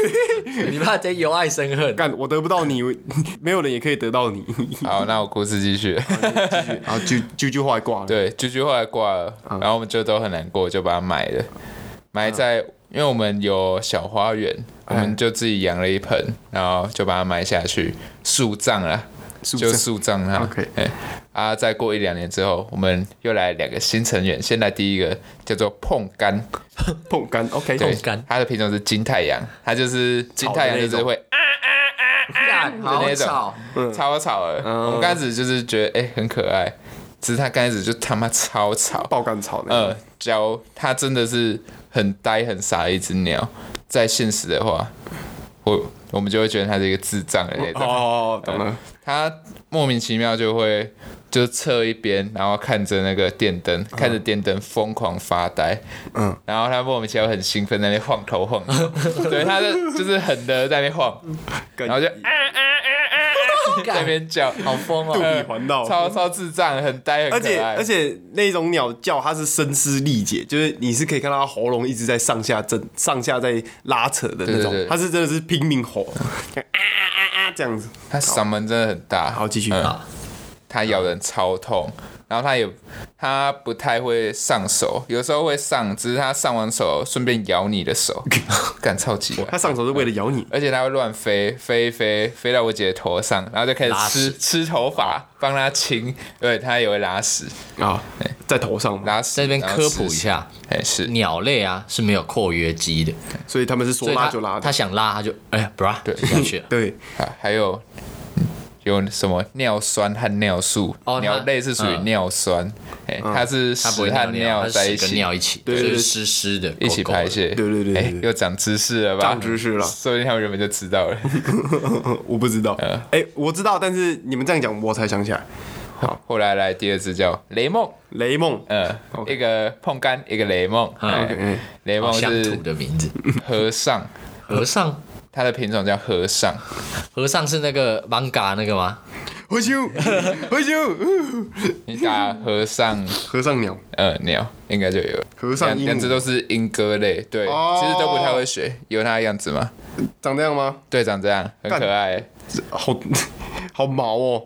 S1: 你怕这由爱生恨，
S2: 干，我得不到你， 没有人也可以得到 你。
S3: 好，那我故事 继续。
S2: 然后就就就后来挂了。
S3: 对，啾啾后来挂了，然后我们就都很难过，就把它埋了，埋在，因为我们有小
S2: 哎
S3: 花园，我们就自己养了一盆，然后就把它埋下去，树葬了。
S2: 树
S3: 就
S2: 上
S3: 树葬它。
S2: OK
S3: 哎啊，再过一两年之后，我们又来两个新成员。先来第一个叫做碰柑，
S2: 碰干 OK，
S3: 对
S1: 碰柑，
S3: 它的品种是金太阳，它就是金太阳就是会啊
S1: 干
S3: 的那
S1: 好
S3: 种
S1: 吵，
S3: 超吵的。我们刚开始就是觉得哎、很可爱，只是它刚开始就他妈超吵，
S2: 爆干草那
S3: 呃，教它真的是很呆很傻的一只鸟。在现实的话，我我们就会觉得它是一个智障的那
S2: 个
S3: 种。
S2: 哦，懂了，
S3: 他莫名其妙就会就侧一边，然后看着那个电灯，看着电灯疯狂发呆。
S2: 嗯，
S3: 然后他莫名其妙很兴奋，在那边晃 头晃脑，对，他就就是很的在那边晃，
S2: 然
S3: 然后就啊啊啊 啊啊，在那边叫，好疯哦，
S2: 肚皮环绕
S3: 超超智障，很呆，很可
S2: 而且
S3: 爱
S2: 而且那种鸟叫，它是声嘶力竭，就是你是可以看到它喉咙一直在上下震、上下在拉扯的那
S3: 对对
S2: 种
S3: 对，
S2: 它是真的是拼命吼，这样啊啊啊这样子。
S3: 他嗓门真的很大。
S2: 好，继续。
S3: 嗯它咬人超痛，然后它也它不太会上手，有时候会上，只是它上完手顺便咬你 的手，干超级
S2: 它
S3: 歪。
S2: 上手是为了咬你，
S3: 而且它会乱飞，飞一飞飞到我姐的头上，然后就开始
S1: 拉
S3: 吃
S1: 屎
S3: 吃头发，帮她清，对，它也会拉屎，
S2: 啊，在头上嘛，
S3: 拉屎。
S1: 在这边
S3: 然后
S1: 科
S3: 吃
S1: 普一，下，
S3: 哎是，
S1: 鸟类啊是没有括约肌的，
S3: 嗯
S2: 所以他们是说
S1: 所以
S2: 拉
S1: 它
S2: 就拉的。
S1: 它。想拉它就哎呀 bra
S3: 对
S1: 就下去了
S2: 对，
S3: 啊还有嗯有什么尿酸和尿素，
S1: 哦它
S3: 鸟类是属于
S1: 嗯
S3: 尿酸，哎、它是
S1: 它不
S3: 屎
S1: 会
S3: 和
S1: 尿尿，它
S3: 在
S1: 屎
S3: 一
S1: 跟
S3: 起。
S1: 尿一起，
S2: 对对
S1: 就
S2: 对
S1: 是湿湿的，
S3: 一起
S1: 狗狗的
S3: 排。泄，
S2: 对对对对
S3: 哎
S2: 对
S3: 又长知识了吧？
S2: 长知识了
S3: 说不定他们原本就 知道了。
S2: 我不知道。
S3: 嗯
S2: 哎，我知道，但是你们这样讲，我才想起来，
S3: 后来来第二只叫雷梦，
S2: 雷梦。
S3: 呃，一个碰柑，一个雷梦。哎
S2: OK，
S3: 雷
S1: 嗯好
S3: 梦
S1: 乡土
S3: 是
S1: 的名字，
S3: 和尚，
S1: 和尚，
S3: 它的品种叫 和尚，
S1: 和尚是那个 manga 那个吗？
S2: 回 修，回修，
S3: 你打和尚
S2: 和尚鸟，
S3: 呃鸟应该就有了。
S2: 和尚
S3: 两
S2: 鹦
S3: 两只
S2: 鹉，
S3: 都是莺歌类，对，
S2: 哦
S3: 其实都不太会学，有它的样子吗？
S2: 长这样吗？
S3: 对，长这样很可爱，
S2: 这好 好毛哦。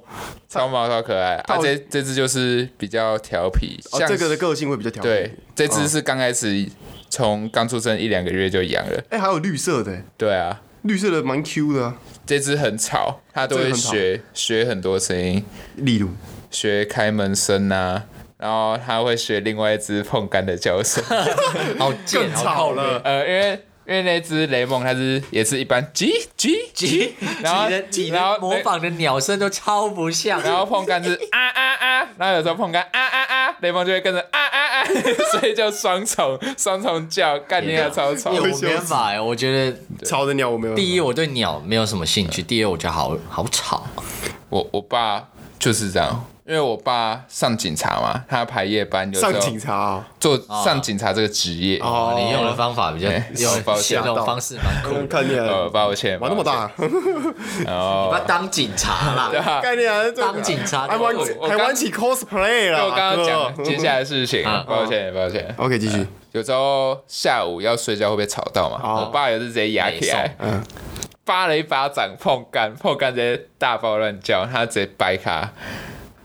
S3: 超毛超可爱。啊，
S2: 到
S3: 这这只就是比较调皮，
S2: 哦，
S3: 像
S2: 这个的个性会比较调皮。
S3: 对，这只是刚开始从刚出生一两个月就养了，
S2: 哎，还有绿色的，
S3: 对啊，
S2: 绿色的蛮 Q 的啊，
S3: 这只很吵，它都
S2: 这
S3: 会
S2: 个很吵
S3: 学学很多声音，
S2: 例如，
S3: 学开门声啊，然后它会学另外一只碰杆的叫声，
S1: 好贱，好靠北。
S2: 了，
S3: 呃，因为。因为那只雷蒙，它是也是一般叽叽 叽
S1: 鸡，，
S3: 然后
S1: 鸡的鸡
S3: 然后
S1: 的模仿的鸟声都超不像，
S3: 然后碰杆是啊啊啊，然后有时候碰杆啊啊啊，雷蒙就会跟着啊啊 啊，所以就双重双重叫，干你啊超吵
S1: 因。为
S2: 会
S1: 我
S2: 羞
S1: 没办法哎，我觉得
S2: 吵的鸟我没有。
S1: 第一我对鸟没有什么兴趣，
S3: 嗯
S1: 第二我觉得好好吵，
S3: 我我爸就是这样，因为我爸上警察嘛，他排夜班，有时候
S2: 上警察啊，
S3: 做上警察这个职业。
S2: 哦
S1: 你用的方法比较
S3: 哎
S1: 用
S3: 抱歉
S1: 这种方式蛮 酷的，
S2: 看你
S3: 呃，
S1: 哦
S2: 啊，
S3: 抱歉，
S2: 玩那 么大，
S1: 啊 你把它当警察啦，
S3: 大
S2: 概念啊，这
S1: 当警察
S2: 还玩
S1: 我
S3: 我
S2: 还玩起 cosplay
S3: 因为
S2: 了，
S3: 我刚刚
S2: 大
S3: 讲
S2: 哥
S3: 接下来的事情
S1: 啊，
S3: 抱歉，抱歉。
S2: OK，继续，
S3: 有时候下午要睡觉会被吵到嘛，
S2: 哦嗯
S3: 我爸有时直接压起来，扒了一巴掌碰干，碰干直接大爆乱叫，他直接掰卡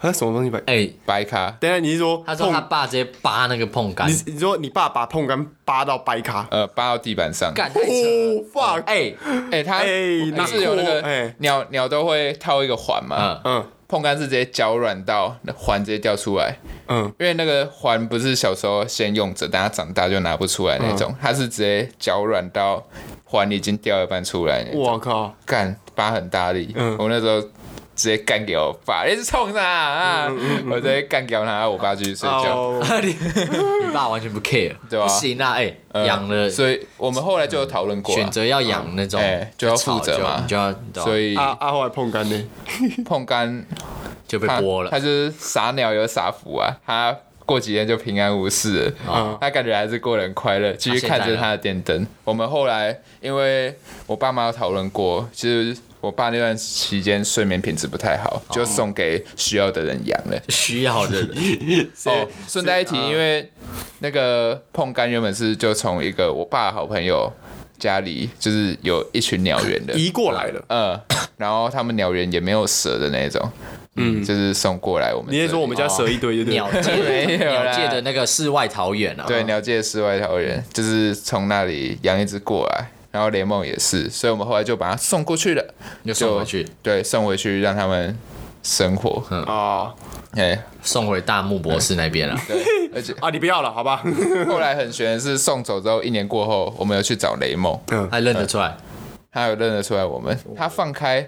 S2: 啊，什么东西摆？
S1: 哎，
S3: 掰卡，
S2: 等一下你是说
S1: 他说他
S2: 碰？
S1: 爸直接扒那个碰杆，
S2: 你你说你爸把碰杆扒到掰卡？
S3: 呃，扒到地板上。
S1: 干太扯了，
S2: 哦，fuck！
S1: 哎，
S3: 哎，他
S2: 哎
S3: 不是有那
S2: 难过
S3: 个
S2: 哎
S3: 鸟鸟都会套一个环嘛，
S1: 嗯，
S2: 嗯
S3: 碰杆是直接脚软到那环直接掉出来，
S2: 嗯，
S3: 因为那个环不是小时候先用着，但它长大就拿不出来那
S2: 嗯
S3: 种，它是直接脚软到环已经掉一半出来
S1: 哎
S3: 那种，
S2: 我靠，
S3: 干疤很大力，
S2: 嗯
S3: 我那时候。直接干给我爸，你是冲啥啊？
S2: 嗯
S3: 我直接干掉他，我爸继续睡觉，
S2: 哦
S1: 你你爸完全不 care，
S3: 对啊
S1: 不行啊，哎，
S3: 呃
S1: 养了
S3: 所以我们后来就有讨论过啊，
S1: 选择哦要养那种
S3: 哎就要负责
S1: 吵就
S3: 嘛
S1: 你就要，你知道
S3: 所以
S2: 啊啊，后来碰杆呢？
S3: 碰干
S1: 就被
S3: 他
S1: 剥了
S3: 他。就是傻鸟有傻福啊，他过几天就平安无事了，
S1: 啊
S2: 嗯
S3: 他感觉还是过得很快乐，继续看着他的电灯。我们后来因为我爸妈有讨论过，其实我爸那段期间睡眠品质不太好，
S1: 哦
S3: 就送给需要的人养了。
S1: 需要的 人，
S3: 哦，顺带一提，因为那个碰干原本是就从一个我爸的好朋友家里，就是有一群鸟园
S1: 哎
S3: 的，
S2: 移过来了。
S1: 呃
S3: 嗯， 然后他们鸟园也没有蛇的那种，嗯，就是送过来我们这里。
S2: 你是说我们家蛇一堆，对不对？
S1: 呃鸟界的
S3: 没有啦
S1: 鸟界的那个世外桃源啊，
S3: 对，鸟界世外桃源，就是从那里养一只过来，然后联盟也是，所以我们后来就把它送过去了，
S1: 就送回去
S3: 就对，送回去让他们生活，
S2: 哦
S3: 哎，
S1: 送回大木博士那边了。
S3: 而且
S2: 啊，你不要了，好吧？
S3: 后来很悬的是送走之后，一年过后，我们有去找雷梦，
S1: 还认得出来，
S3: 他有认得出来我们，他放开，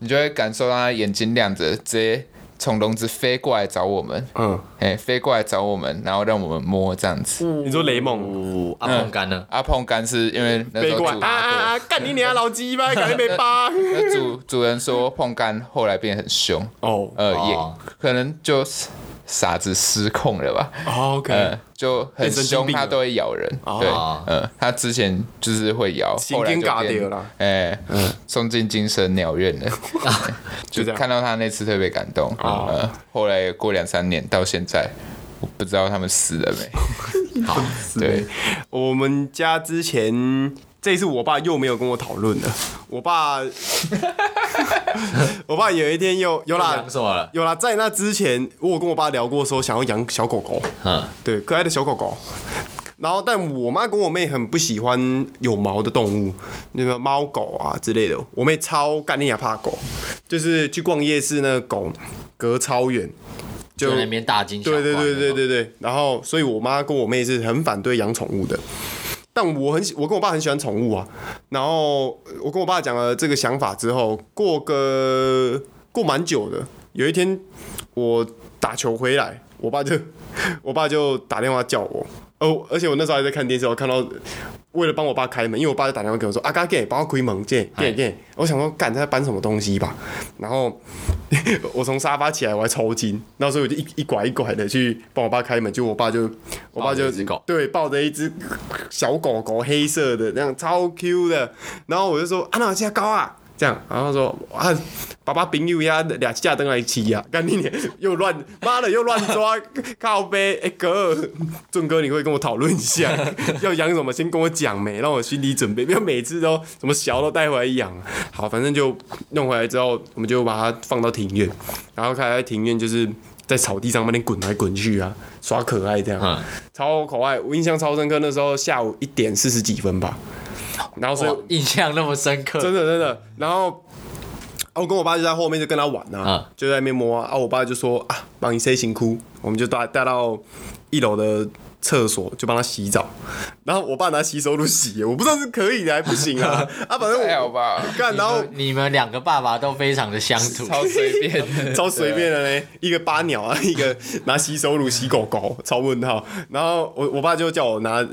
S3: 你就会感受到他眼睛亮着，直接从笼子飞过来找 我们，
S2: 嗯，
S3: 哎，飞过来找我们，然后让我们摸这样子。
S2: 你说雷蒙
S3: 嗯
S1: 五阿啊碰干呢？
S3: 阿碰干是因为那时
S2: 飞
S3: 候
S2: 过来
S3: 主
S2: 啊啊啊！干你娘老鸡巴，赶紧被 扒！
S3: 那主主人说碰干后来变得很凶，
S2: 哦
S3: 呃，
S1: 哦
S3: 也可能就是傻子失控了吧，
S2: ，OK，
S3: 嗯， 就很
S2: 变神经
S3: 凶，
S2: 病了
S3: 它都会咬人。对
S1: 哦，
S3: 嗯，它之前就是会咬，
S2: 神经
S3: 后来就
S2: 嘎掉
S3: 变
S2: 啦
S3: 哎，送进精神鸟院了。就
S2: 就这样哦
S3: 看到它那次特别感动。呃，后来过两三年到现在，我不知道他们死了没。
S1: 好，
S3: 对，
S2: 我们家之前这一次我爸又没有跟我讨论了，我爸， 我爸有一天又有啦
S1: 讲。什么了？
S2: 有啦，在那之前，我有跟我爸聊过，说想要养小狗狗，
S1: 嗯，
S2: 对，可爱的小狗狗。然后，但我妈跟我妹很不喜欢有毛的动物，那个猫狗啊之类的。我妹超干练也怕狗，就是去逛夜市那个狗隔超远，就
S1: 就那边大惊小怪
S2: 对
S1: 那种。
S2: 对对对对对。然后，所以我妈跟我妹是很反对养宠物的。但我很喜，我跟我爸很喜欢宠物啊。然后我跟我爸讲了这个想法之后，过个过蛮久的。有一天我打球回来，我爸就我爸就打电话叫我。哦，而且我那时候还在看电视，我看到为了帮我爸开门，因为我爸就打电话给我说：“阿嘎给，帮我开门，借借借。”我想说，干他在搬什么东西吧。然后 我从沙发起来，我还抽筋，然后所以我就一一拐一拐的去帮我爸开门，结果我爸就我爸
S1: 抱
S2: 就
S1: 着一只狗
S2: 对抱着一只小狗狗，黑色的那样超 Q 的，然后我就说：“啊，那现在高啊。”这样，然后他说啊，爸爸朋友呀，俩架灯来骑呀，干你娘又乱，妈的又乱抓， 靠背，哎、哥，俊哥，你会跟我讨论一下， 要养什么，先跟我讲没，让我心理准备，不要每次都什么小都带回来养。好，反正就弄回来之后，我们就把它放到庭院，然后开始在庭院就是在草地上那边滚来滚去啊，耍可爱这样，
S1: 嗯
S2: 超可爱，我印象超深刻。那时候下午一点四十几分吧，然后所以
S1: 哇，印象那么深 刻，
S2: 真的真的。然后，啊我跟我爸就在后面就跟他玩啊
S1: 啊，
S2: 就在那边摸啊。啊，我爸就说啊，帮你塞辛苦，我们就带带到一楼的厕所，就帮他洗澡。然后我爸拿洗手乳洗，我不知道是可以的还不行 啊。啊，反正
S3: 还好
S2: 我
S3: 吧，
S2: 干，然后
S1: 你们两个爸爸都非常的乡土，
S3: 超随便 的，
S2: 超随便的嘞，一个八鸟啊，一个拿洗手乳洗狗狗，超问号。然后我我爸就叫我拿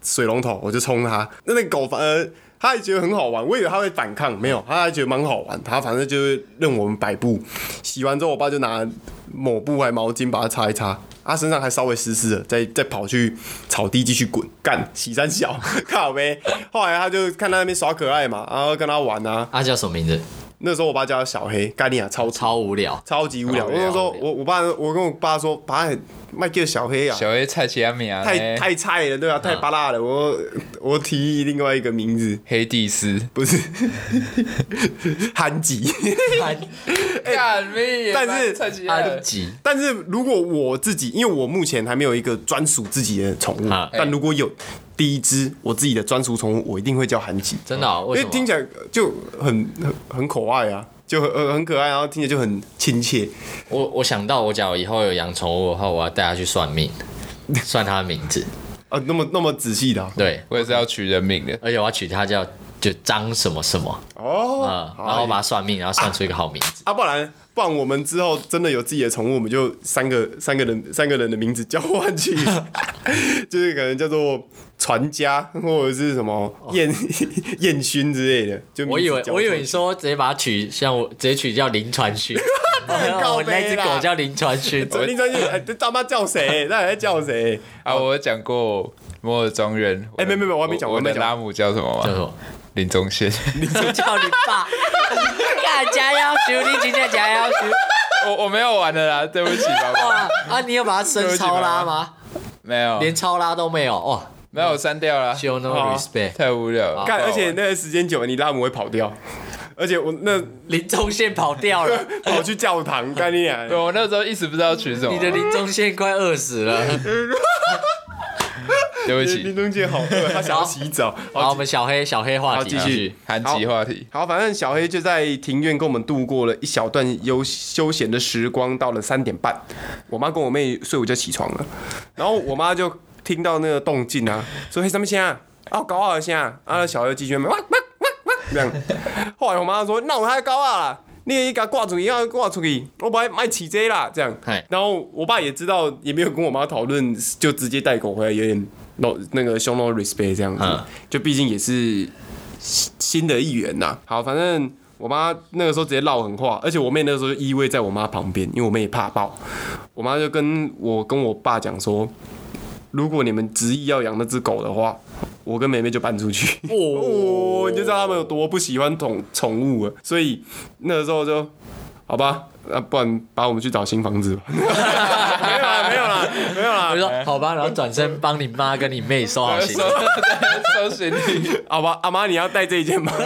S2: 水龙头，我就冲它。那那个狗反而它还觉得很好玩，我以为它会反抗，没有，它还觉得蛮好玩。它反正就是任我们摆布。洗完之后，我爸就拿抹布还毛巾把它擦一擦。他身上还稍微湿湿的，再再跑去草地继续滚干洗三小，靠呗。后来他就看他那边耍可爱嘛，然后跟他玩啊。
S1: 他叫什么名字？
S2: 那时候我爸叫他小黑，干你啊，超丑
S1: 超无聊，
S2: 超级无聊。
S3: 超无
S2: 我
S3: 聊
S2: 那时候我我爸我跟我爸说，爸卖叫小黑啊，
S3: 小 A 菜奇阿米啊，
S2: 太太菜了，对
S1: 啊
S2: 吧、太巴拉了。我我提议另外一个名字，
S3: 黑蒂斯，
S2: 不 是憨吉。
S3: 干咩？
S2: 但是
S3: 蔡奇亚
S1: 安吉
S2: 但是如果我自己，因为我目前还没有一个专属自己的宠物
S1: 啊，
S2: 但如果有第一只我自己的专属宠物，我一定会叫憨吉。
S1: 真的哦？
S2: 嗯因
S1: 为
S2: 为
S1: 什么？
S2: 听起来就很很很可爱啊，就很很很可爱，然后听起来就很亲切。
S1: 我我想到，我假如以后有养宠物的话，我要带它去算 命，算它的名字。
S2: 啊，那么那么仔细的啊、
S1: 对，
S3: 我也是要取人名 的。
S1: 而且我要取它叫就张什么什么，
S2: 哦，
S1: 嗯，然后把它算命，然后算出一个好名字。
S2: 啊，不然不然我们之后真的有自己的宠物，我们就三个三个人三个人的名字交换去， 就是可能叫做传家或者是什么燕燕勋之类的。就名
S1: 哦
S2: 字
S1: 我以为
S2: 交换
S1: 我以为你说直接把它取，像我直接取叫林传 勋，
S2: 高
S1: 我
S2: 杯
S1: 那
S2: 啦
S1: 只狗叫林传 勋，
S2: 这林传俊，哎，这他妈叫谁？那还叫谁？
S3: 啊，我有讲过摩尔庄园。
S2: 哎没没没我还没讲我
S3: 我
S2: 还没
S3: 的
S2: 讲
S3: 拉姆叫什么
S1: 叫什
S3: 吗？
S1: 么？
S3: 林宗宪。
S1: 你就叫你 爸，干加要求，你今天加要求。
S3: 我我没有玩的啦，对不起，爸爸，
S1: 啊啊！你有把它升超拉吗？
S3: 没有，
S1: 连超拉都没有哦
S3: 没有我删掉了，
S1: ，show no
S2: 好
S1: respect。
S3: 太无聊了。
S2: 干，
S1: 哦
S3: 不好
S2: 而
S3: 玩
S2: 且那个时间久了，你拉姆会跑掉，而且我那
S1: 林宗宪跑掉 了，
S2: 跑去教堂，干你俩
S3: 对我那时候一直不知道取什么
S1: 你。的林宗宪快饿死了。
S3: 对不
S2: 林
S3: 起，
S2: 东杰好饿，他想要洗澡。
S1: 好，我们小黑小黑话
S2: 好
S1: 题啊
S2: 继续
S3: 韩籍话题，
S2: 好，反正小黑就在庭院跟我们度过了一小段悠休闲的时光。到了三点半，我妈跟我妹睡午觉起床了，然后我妈就听到那个动静啊，说：“嘿，什么声啊？啊，高二声啊！”啊，小黑就继续哇哇哇哇这样。后来我妈说：“那我还高二啦。”你给他挂出去，要挂出去，我不爱卖起这啦，这样
S1: 嘿。
S2: 然后我爸也知道，也没有跟我妈讨论，就直接带狗回来，有点 no 那个凶 no respect 这样子
S1: 嗯。
S2: 就毕竟也是新的一员呐、好，反正我妈那个时候直接唠狠话，而且我妹那个时候就依偎在我妈旁边，因为我妹也怕爆。我妈就跟我跟我爸讲说，如果你们执意要养那只狗的话，我跟妹妹就搬出去。 哦，你就知道他们有多不喜欢宠宠物了。所以那个时候就，好吧，那、不然把我们去找新房子吧。没有啦，没有啦，没有啦
S1: 我就。说好吧，然后转身帮你妈跟你妹收好行李
S3: 收收 行李，
S2: 好吧，阿妈，你要带这一件吗？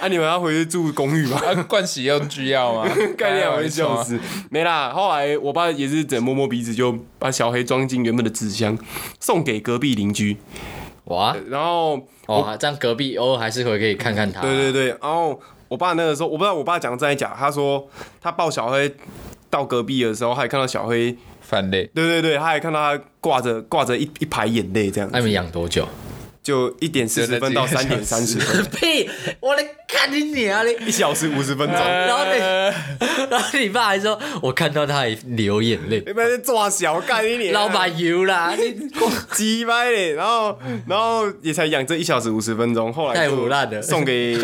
S2: 啊，你们要回去住公寓吧？
S3: 啊，盥洗用具要吗？
S2: 概念我会笑死。没啦，后来我爸也是只能摸摸鼻子，就把小黑装进原本的纸箱，送给隔壁邻居。
S1: 哇
S2: 然后，
S1: 哦，这样隔壁偶尔还是会可以看看他。
S2: 对对对，然后我爸那个时候，我不知道我爸讲真还假，他说他抱小黑到隔壁的时候，他还看到小黑，
S3: 反类，
S2: 对对对，他还看到他挂着挂着一一排眼泪，这样
S1: 那你们养多久？
S2: 就一点四十分到三点 三十分，
S1: 屁！我来看你娘嘞！
S2: 一小时五十分钟。
S1: 然后你， 然后你爸还说，我看到他还流眼泪，
S2: 你们在抓小干一年，
S1: 老板油啦， 你
S2: 鸡掰嘞，然后然后也才养这一小时五十分钟，后来
S1: 太
S2: 就
S1: 腐烂了
S2: 送给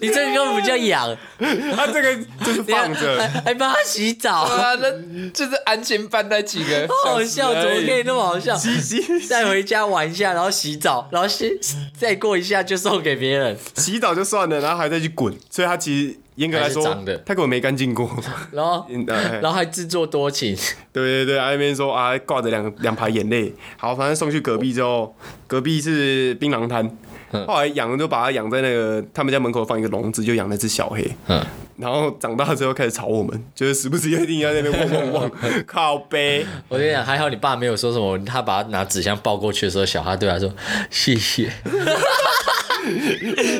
S1: 你这个根本不叫养，
S2: 他这个 就是
S1: 你还
S2: 放着，
S1: 还还帮他洗澡，
S3: 啊，那就是安全班那几个，
S1: 好好笑，怎么可以那么好笑？
S2: 洗洗
S1: 再回家玩一下，然后洗澡，然后洗，再过一下就送给别人，
S2: 洗澡就算了，然后还再去滚，所以他其实严格来说
S1: 还是脏的，
S2: 他根本没干净过。
S1: 然后，
S2: 嗯哎
S1: 然后还自作多情，
S2: 对对对，他那边说啊，挂着两两排眼泪。好，反正送去隔壁之后，隔壁是槟榔摊，
S1: 嗯
S2: 后来养就把它养在那个他们家门口放一个笼子，就养那只小黑。
S1: 嗯，
S2: 然后长大之后开始吵我们，就是时不时一定要在那边汪汪 汪，靠背。
S1: 我跟你讲，还好你爸没有说什么，他把他拿纸箱抱过去的时候，小哈对他说谢谢，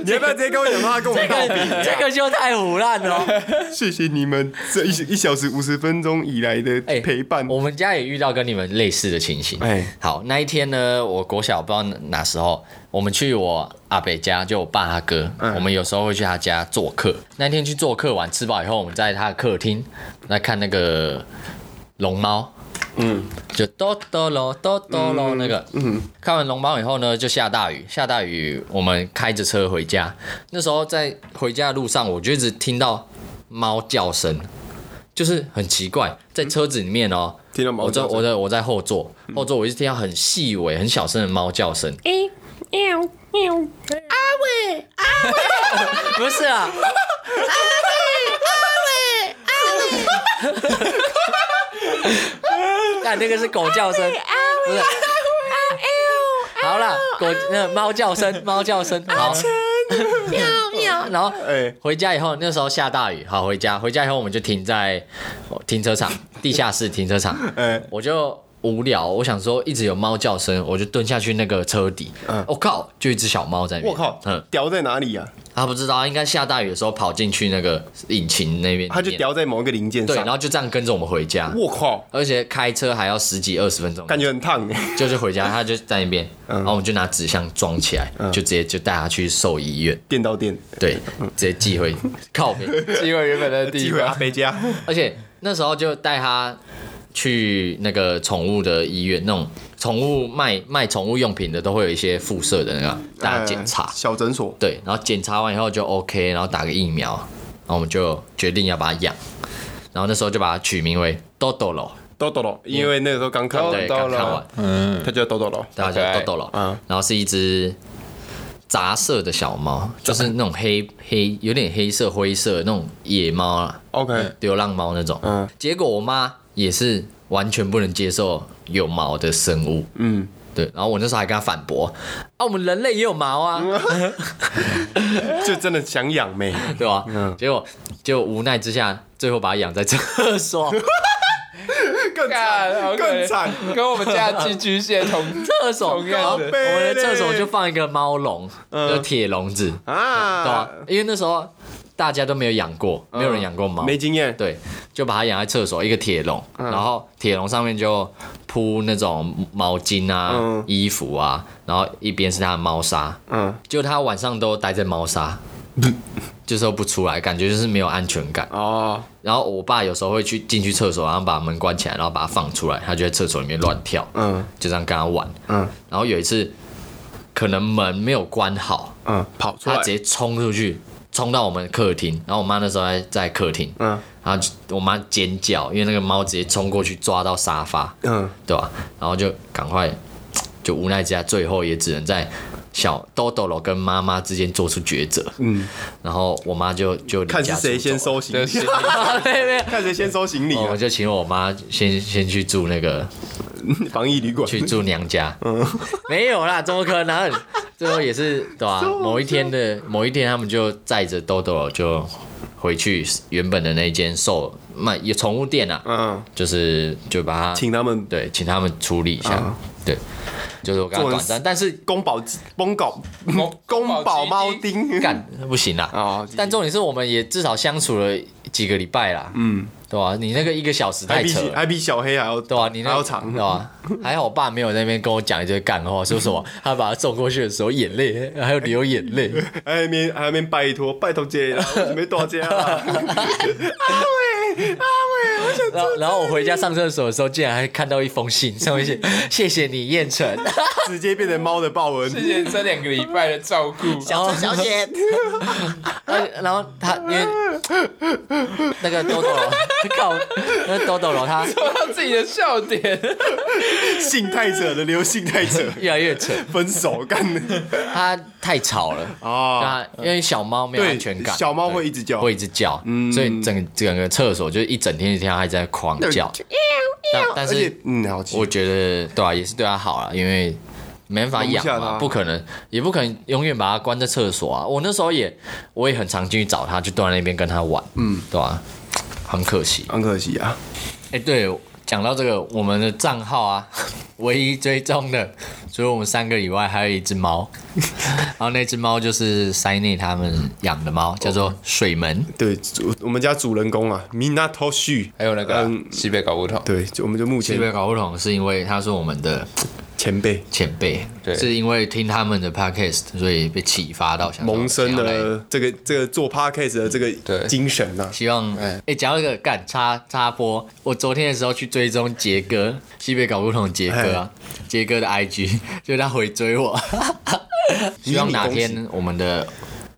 S2: 你要不要直接跟我讲话，跟我们道别？啊
S1: 这个就太胡乱了哦。
S2: 谢谢你们这一一小时五十分钟以来的
S1: 哎
S2: 陪伴。
S1: 我们家也遇到跟你们类似的情形。
S2: 哎
S1: 好，那一天呢，我国小不知道哪时候，我们去我阿北家，就我爸他哥，我们有时候会去他家做客。那天去做客完吃饱以后，我们在他的客厅来看那个龙猫。嗯，就哆哆咯哆哆咯那个，嗯，看完龙猫以后呢，就下大雨，下大雨，我们开着车回家。那时候在回家的路上，我就一直听到猫叫声，就是很奇怪，在车子里面哦，
S2: 听到猫
S1: 我在
S2: 叫声
S1: 我在我在后座，后座我一直听到很细微、很小声的猫叫声。
S4: Meow, meow.
S1: 不是啊，但那个是狗叫声，不是。好了，狗那猫叫声，猫叫声，好。
S4: Meow, meow.
S1: 然后
S2: 哎，
S1: 回家以后，那时候下大雨，好回家，回家以后我们就停在哦停车场，地下室停 车场。
S2: 哎
S1: 我就无聊，我想说一直有猫叫声，我就蹲下去那个车底，我、靠，就一只小猫在那边。
S2: 嗯我靠
S1: 嗯，，
S2: 屌在哪里啊呀？
S1: 他不知道，应该下大雨的时候跑进去那个引擎那边，
S2: 它就
S1: 叼，
S2: 屌在某一个零件
S1: 对，
S2: 上
S1: 然。后就这样跟着我们回家，
S2: 我靠，
S1: 而且开车还要十几二十分钟，
S2: 感觉很烫哎。
S1: 就是回家，他就在那边，
S2: 嗯
S1: 然后我们就拿纸箱装起来，就直接就带他去兽医院，
S2: 电到电，
S1: 对，
S2: 嗯
S1: 直接寄回靠边，
S3: 机会原本的地
S2: 机会阿
S1: 啊
S2: 啊哎
S3: 方，
S2: 飞家。
S1: 而且那时候就带他去那个宠物的医院，那种宠物卖卖宠物用品的都会有一些附设的那个大家检查
S2: 哎，小诊所。
S1: 对，然后检查完以后就 OK，然后打个疫苗，然后我们就决定要把它养，然后那时候就把它取名为 Dodolo，
S2: 豆豆咯，因为那个时候刚看
S1: 对，
S2: 完，
S1: 刚
S3: Dodolo
S1: 看完，
S3: 嗯，
S2: 它叫豆豆咯。
S1: 大家叫
S3: OK，
S1: Dodolo，
S2: 嗯
S1: 然后是一只杂色的小猫，就是那种黑黑有点黑色灰色的那种野猫啦，
S2: OK，
S1: 流浪猫那种。
S2: 嗯
S1: 结果我妈也是完全不能接受有毛的生物。
S2: 嗯，
S1: 对，然后我那时候还跟她反驳，啊，我们人类也有毛啊，
S2: 嗯
S1: 嗯
S2: 就真的想养妹。
S1: 对吧？
S2: 嗯
S1: 结果结果无奈之下，最后把它养在厕所。
S2: 更
S3: 干
S2: 惨，
S3: 好可怜
S2: 更惨。
S3: 跟我们家的寄居蟹同
S1: 厕所，
S3: 同样的
S1: 我们的厕所就放一个猫笼，
S2: 嗯
S1: 有铁笼子，对吧
S2: 啊，？
S1: 因为那时候大家都没有养过，没
S2: 嗯
S1: 有人养过猫，
S2: 没经验，
S1: 对，就把它养在厕所一个铁笼，
S2: 嗯
S1: 然后铁笼上面就铺那种毛巾啊、
S2: 嗯
S1: 衣服啊，然后一边是它的猫砂，
S2: 嗯，
S1: 就它晚上都待在猫 砂，就是都不出来，感觉就是没有安全感。
S2: 哦，
S1: 然后我爸有时候会去进去厕所，然后把门关起来，然后把它放出来，它就在厕所里面乱跳，
S2: 嗯
S1: 就这样跟它玩。
S2: 嗯
S1: 然后有一次，可能门没有关好，
S2: 嗯，跑出
S1: 它
S2: 来
S1: 直，接冲出去，冲到我们客厅，然后我妈那时候在在客厅，
S2: 嗯
S1: 然后就我妈尖叫，因为那个猫直接冲过去抓到沙发，
S2: 嗯
S1: 对吧、然后就赶快就无奈之下，最后也只能在小豆豆楼跟妈妈之间做出抉择。
S2: 嗯，
S1: 然后我妈就就离
S2: 看是
S1: 家
S2: 谁
S1: 出走
S2: 先收行
S3: 对
S2: 李
S3: 是，
S1: 对对。
S2: 看谁先收行李
S1: 哦我
S2: 啊，
S1: 就请我妈先先去住那个
S2: 防疫旅馆，
S1: 去住娘家，
S2: 嗯
S1: 没有啦，怎么可能？最后也是对 吧、某一天的某一天，他们就载着豆豆就回去原本的那间兽卖有宠物店啊，
S2: 嗯，
S1: 就是就把它
S2: 请他们
S1: 对，请他们处理一下，
S2: 嗯
S1: 对，就是我刚刚
S2: 做人
S1: 短暂，但是
S2: 宫保宫保
S3: 宫
S2: 宫保猫丁
S1: 干不行啦。
S2: 啊，哦
S1: 但重点是，我们也至少相处了几个礼拜啦，
S2: 嗯，
S1: 对吧、你那个一个小时
S2: 还
S1: 太
S2: 比
S1: 扯了，
S2: 还比小黑还要
S1: 对啊，你那
S2: 还要
S1: 对
S2: 长，
S1: 吧、还好我爸没有在那边跟我讲一堆干话， 说什么他把他送过去的时候眼泪 还有流眼 泪，
S2: 还在那边还在那边拜托拜托姐啦，我准备多啊家啦，
S1: 然后然后我回家上厕所的时候，竟然还看到一封信，上面写谢谢你燕 城，
S2: 直接变成猫的豹
S3: 谢
S2: 纹，
S3: 谢这两个礼拜的照顾，
S1: 然后小姐， 然后他因为那个豆豆 楼，靠，那豆豆楼他
S3: 找到自己的笑点。
S2: 性太扯了，流性 太扯，
S1: 越来越扯，
S2: 分手 干
S1: 他太吵了。
S2: 啊，
S1: 啊，因为小猫没有
S2: 对
S1: 安全感，
S2: 小猫嗯
S1: 对
S2: 会一直叫
S1: 会一直叫，所以整个整个厕所就是一整天一天它还在狂叫。但但
S2: 而且
S1: 是
S2: 嗯，好奇
S1: 我觉得对啊，也是对它好了，因为没办法
S2: 容不
S1: 养
S2: 下
S1: 嘛，
S2: 它
S1: 不可能，也不可能永远把它关在厕所啊。我那时候也我也很常进去找它，就蹲在那边跟它玩，嗯，对啊，很可惜。
S2: 很可惜啊，
S1: 哎、对，讲到这个，我们的账号啊， 唯一追踪的，除了我们三个以外，还有一只猫， 然后那只猫就是塞内他们养的猫，叫
S2: 哦
S1: 做水门。
S2: 对，主我们家主人公啊，Minato Xu，
S3: 还有那个啊
S2: 嗯
S3: 西北搞不同，
S2: 对，就我们就目
S1: 西
S2: 前
S1: 北搞不懂是因为他是我们的
S2: 前辈
S1: 前辈，
S3: 对
S1: 是因为听他们的 podcast，所以被启发到想说
S2: 萌生。
S1: 想要来
S2: 了这个这个做 podcast 的这个
S3: 对
S2: 精神啊，
S1: 希望哎，讲、到这个干插插播，我昨天的时候去追踪杰哥，西北搞不懂杰哥啊，
S3: 哎
S1: 杰哥的 IG，就 他回追 我，希望哪天我们的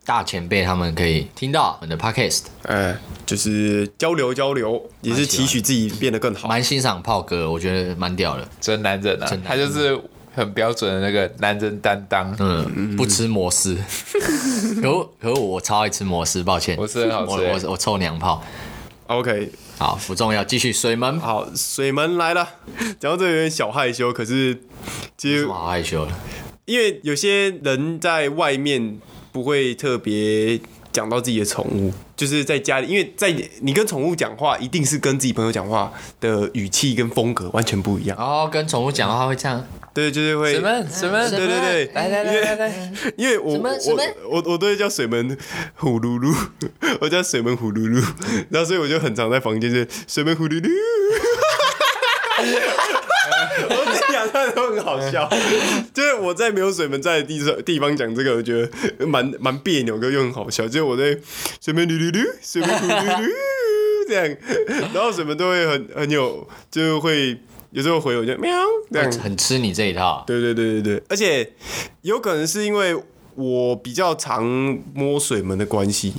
S1: 大前辈他们可以听到我们的 podcast，
S2: 哎，就是交流交流，也是期许自己变得更好。
S1: 蛮欣赏炮哥，我觉得蛮屌的，
S3: 真男人啊
S1: 真，男
S3: 他就是很标准的那个男人担当。
S1: 嗯，不吃摩 斯，可我可我超爱吃摩斯，抱歉，
S3: 摩斯很好吃
S1: 我我我臭娘炮，
S2: OK，
S1: 好不重要，继续水门炮，
S2: 好，水门来了。讲到这个有点小害羞，可是其实
S1: 我好害羞了，
S2: 因为有些人在外面不会特别讲到自己的宠物，就是在家里，因为在你跟宠物讲话，一定是跟自己朋友讲话的语气跟风格完全不一样。
S1: 然后哦跟宠物讲话会这样，
S2: 对，就是会
S3: 什么什么？
S2: 对对对，
S3: 来来来来来，
S2: 因为我
S4: 什么什
S2: 我
S4: 么
S2: 我我都会叫水门呼噜噜，我叫水门呼噜噜，然后所以我就很常在房间就是水门呼噜噜。 我这两段都很好笑，就是我在没有水门在的地方地方讲这个，我觉得蛮蛮别扭，可又很好笑。就是我在水门噜噜噜，水门呼噜噜这样，然后水门都会很很有，就会有时候回我就喵这样，
S1: 很吃你这一套，
S2: 对对对对对，而且有可能是因为我比较常摸水门的关系，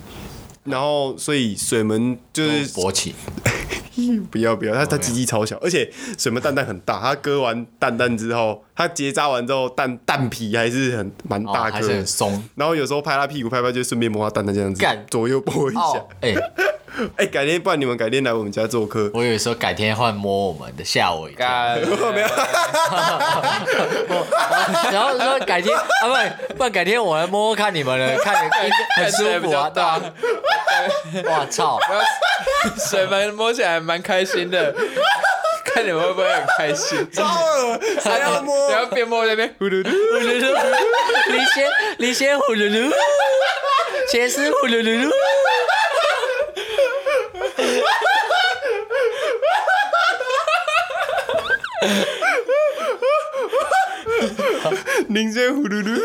S2: 然后所以水门就是
S1: 勃起。
S2: 不要不要，它它鸡鸡超小，而且水门蛋蛋很大，它割完蛋蛋之后，它结扎完之后蛋蛋皮还是很蛮
S1: 哦
S2: 大
S1: 还
S2: 颗
S1: 是
S2: 的
S1: 很。松。
S2: 然后有时候拍它屁股拍拍，就顺便摸它蛋蛋这样子
S1: 干，
S2: 左右拨一下
S1: 哦。，哎、
S2: 哎、改天不然你们改天来我们家做客，
S1: 我有时候改天换摸我们的，吓我一跳。
S3: 干没有
S1: 然后说改天啊， 不然不然改天我来摸摸看你们了，看你应该很舒
S3: 感觉比
S1: 服啊，对
S3: 较
S1: 吧、
S3: 大
S1: 啊？我操！
S3: 水门摸起来蛮开心的， 看你们会不会很 开心？
S1: 哦
S2: 了， 还要摸？
S3: 然后边摸那边，
S1: 呼噜噜，你先，你先呼噜噜，先是呼噜噜噜。
S2: 林间呼噜噜。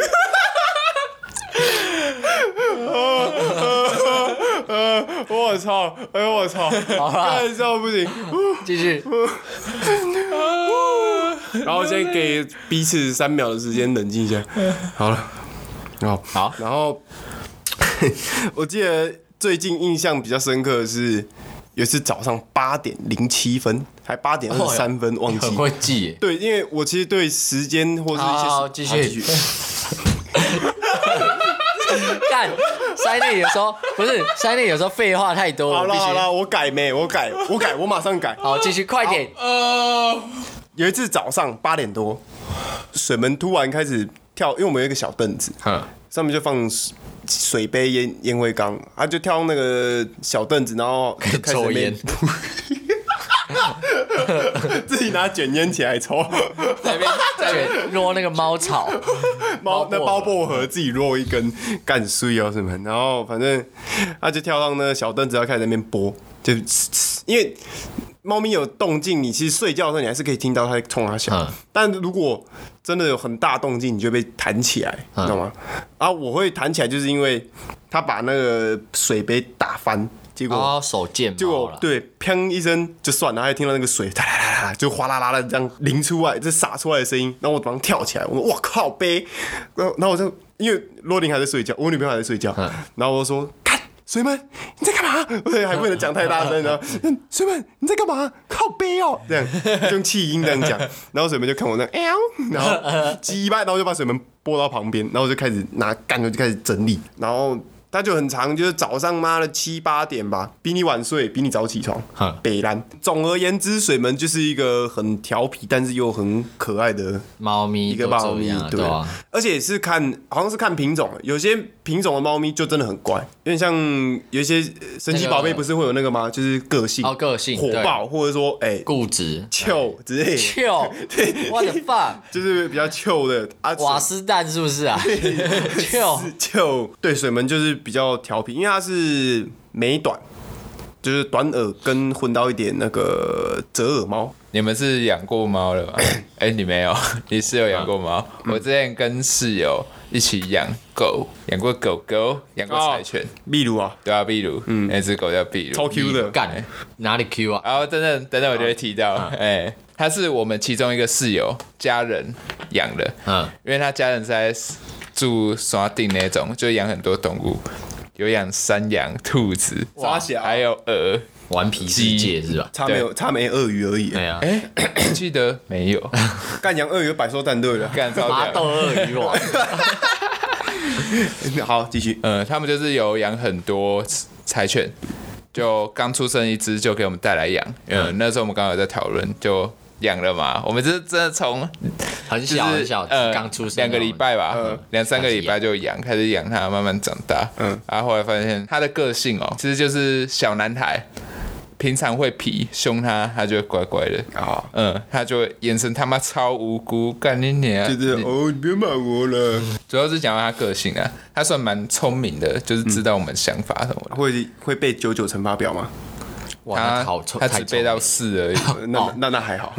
S2: 哦呃呃，我操！哎呦我操！
S1: 好啦
S2: 干笑不行。
S1: 继续，
S2: 然后先给彼此三秒的时间冷静一下。好了，好，
S1: 好
S2: 然后我记得最近印象比较深刻的是，有一次早上八点零七分，还八点二十三分，忘记
S1: 很。会记耶。
S2: 对，因为我其实对时间或是一些
S1: 好，继续。 干，塞内有时候不是塞内，有时候废话太多了。
S2: 好
S1: 必
S2: 了
S1: 须
S2: 好了，我改没，我改，我改，我马上改。
S1: 好，继续快点。
S2: 有一次早上八点多，水门突然开始跳，因为我们有一个小凳子，
S1: 嗯
S3: 哼，
S2: 上面就放水水杯、烟烟灰缸，他、就跳那个小凳子，然后就开始
S1: 抽
S2: 那边
S1: 烟，
S2: 自己拿卷烟起来抽，
S1: 在边在边揉那个猫 草，
S2: 包那包
S1: 包薄荷
S2: 薄荷自己落一根，干碎哦什么，然后反正他就跳到那个小凳子，要开始在那边拨，就呲呲因为猫咪有动静，你其实睡觉的时候你还是可以听到它在冲它笑，
S1: 嗯
S2: 但如果真的有很大动静，你就被弹起来，你知道吗？啊，我会弹起来就是因为它把那个水杯打翻，结果
S1: 然后手贱
S2: 结
S1: 猫
S2: 果
S1: 了。
S2: 对，砰一声就算了，还听到那个水哒啦啦啦，就哗啦啦的这样淋出来，这洒出来的声音，然后我马上跳起来，我说哇靠杯，然后然后我就因为洛琳还在睡觉，我女朋友还在睡觉， 然后我就说看水门你在干嘛？我还不能讲太大声，然后嗯水门你在干嘛？靠背哦，这样就用气音这样讲，然后水门就看我那样，哎呦然后鸡巴，然后就把水门拨到旁边，然后我就开始拿干，我就开始整理，然后。他就很长，就是早上妈的七八点吧，比你晚睡，比你早起床
S1: 哼。
S2: 北兰。总而言之，水门就是一个很调皮，但是又很可爱的
S1: 猫咪
S2: 一
S1: 都
S2: 个猫
S1: 这
S2: 咪
S1: 样，，啊
S2: 对
S1: 对吧？
S2: 而且是看，好像是看品种，有些品种的猫咪就真的很乖，有点像有一些呃神奇宝贝
S1: 那个
S2: 不是会有那个吗？就是个性，
S1: 哦个性
S2: 火
S1: 对
S2: 爆，或者说哎
S1: 固执。
S2: 臭之类 的，
S1: Chill，我的 fuck，
S2: 就是比较臭的啊。
S1: 瓦斯蛋是不是啊？Chill，
S2: 是就对水门就是比较调皮，因为它是美短，就是短耳跟混到一点那个折耳猫。
S3: 你们是养过猫的吗？ 哎、你没有， 你是有养过猫。
S1: 嗯
S3: 我之前跟室友一起养狗，养过狗狗，养过柴犬，
S1: 哦
S2: 例如啊，
S3: 对啊，壁炉，
S1: 嗯
S3: 那只狗叫壁炉，
S2: 超 Q 的，
S1: 干哪里 Q 啊？
S3: 然后等等等等，我就会
S1: 嗯
S3: 提到，哎、他是我们其中一个室友家人养的，
S1: 嗯，
S3: 因为他家人是在住刷定那种，就养很多动物，有养山羊、兔子，
S2: 傻小
S3: 还有 鹅。
S1: 顽皮世界是吧？
S2: 差没有差没鳄鱼而 已。
S1: 对啊，
S3: 哎、记得没 有？
S2: 干养鳄鱼百兽战队了。
S3: 干超
S1: 麻
S3: 屌
S1: 豆！鳄鱼王，
S2: 好，继续。
S3: 呃，他们就是有养很多柴犬，就刚出生一只就给我们带来养。嗯，那时候我们刚好有在讨论，就养了嘛。我们这真的从
S1: 很
S3: 就是呃
S1: 小很小，刚出生
S3: 两个礼拜吧，
S2: 嗯
S3: 两三个礼拜就养，开始养它，慢慢长大。嗯，然后后来发现它的个性哦，其实就是小男孩，平常会皮凶它，它就会乖乖的。
S2: 啊，
S3: 嗯，它就会眼神他妈超无辜，干你娘！
S2: 就是哦，你别骂我了，
S3: 主要是讲到它个性啊，它算蛮聪明的，就是知道我们想法什么的。
S2: 会会被九九乘法表吗？
S1: 嗯哇，
S3: 它
S1: 那好臭，
S3: 它
S1: 太
S3: 只
S1: 臭
S3: 背到
S1: 了
S3: 四而已。
S2: 那那那还好。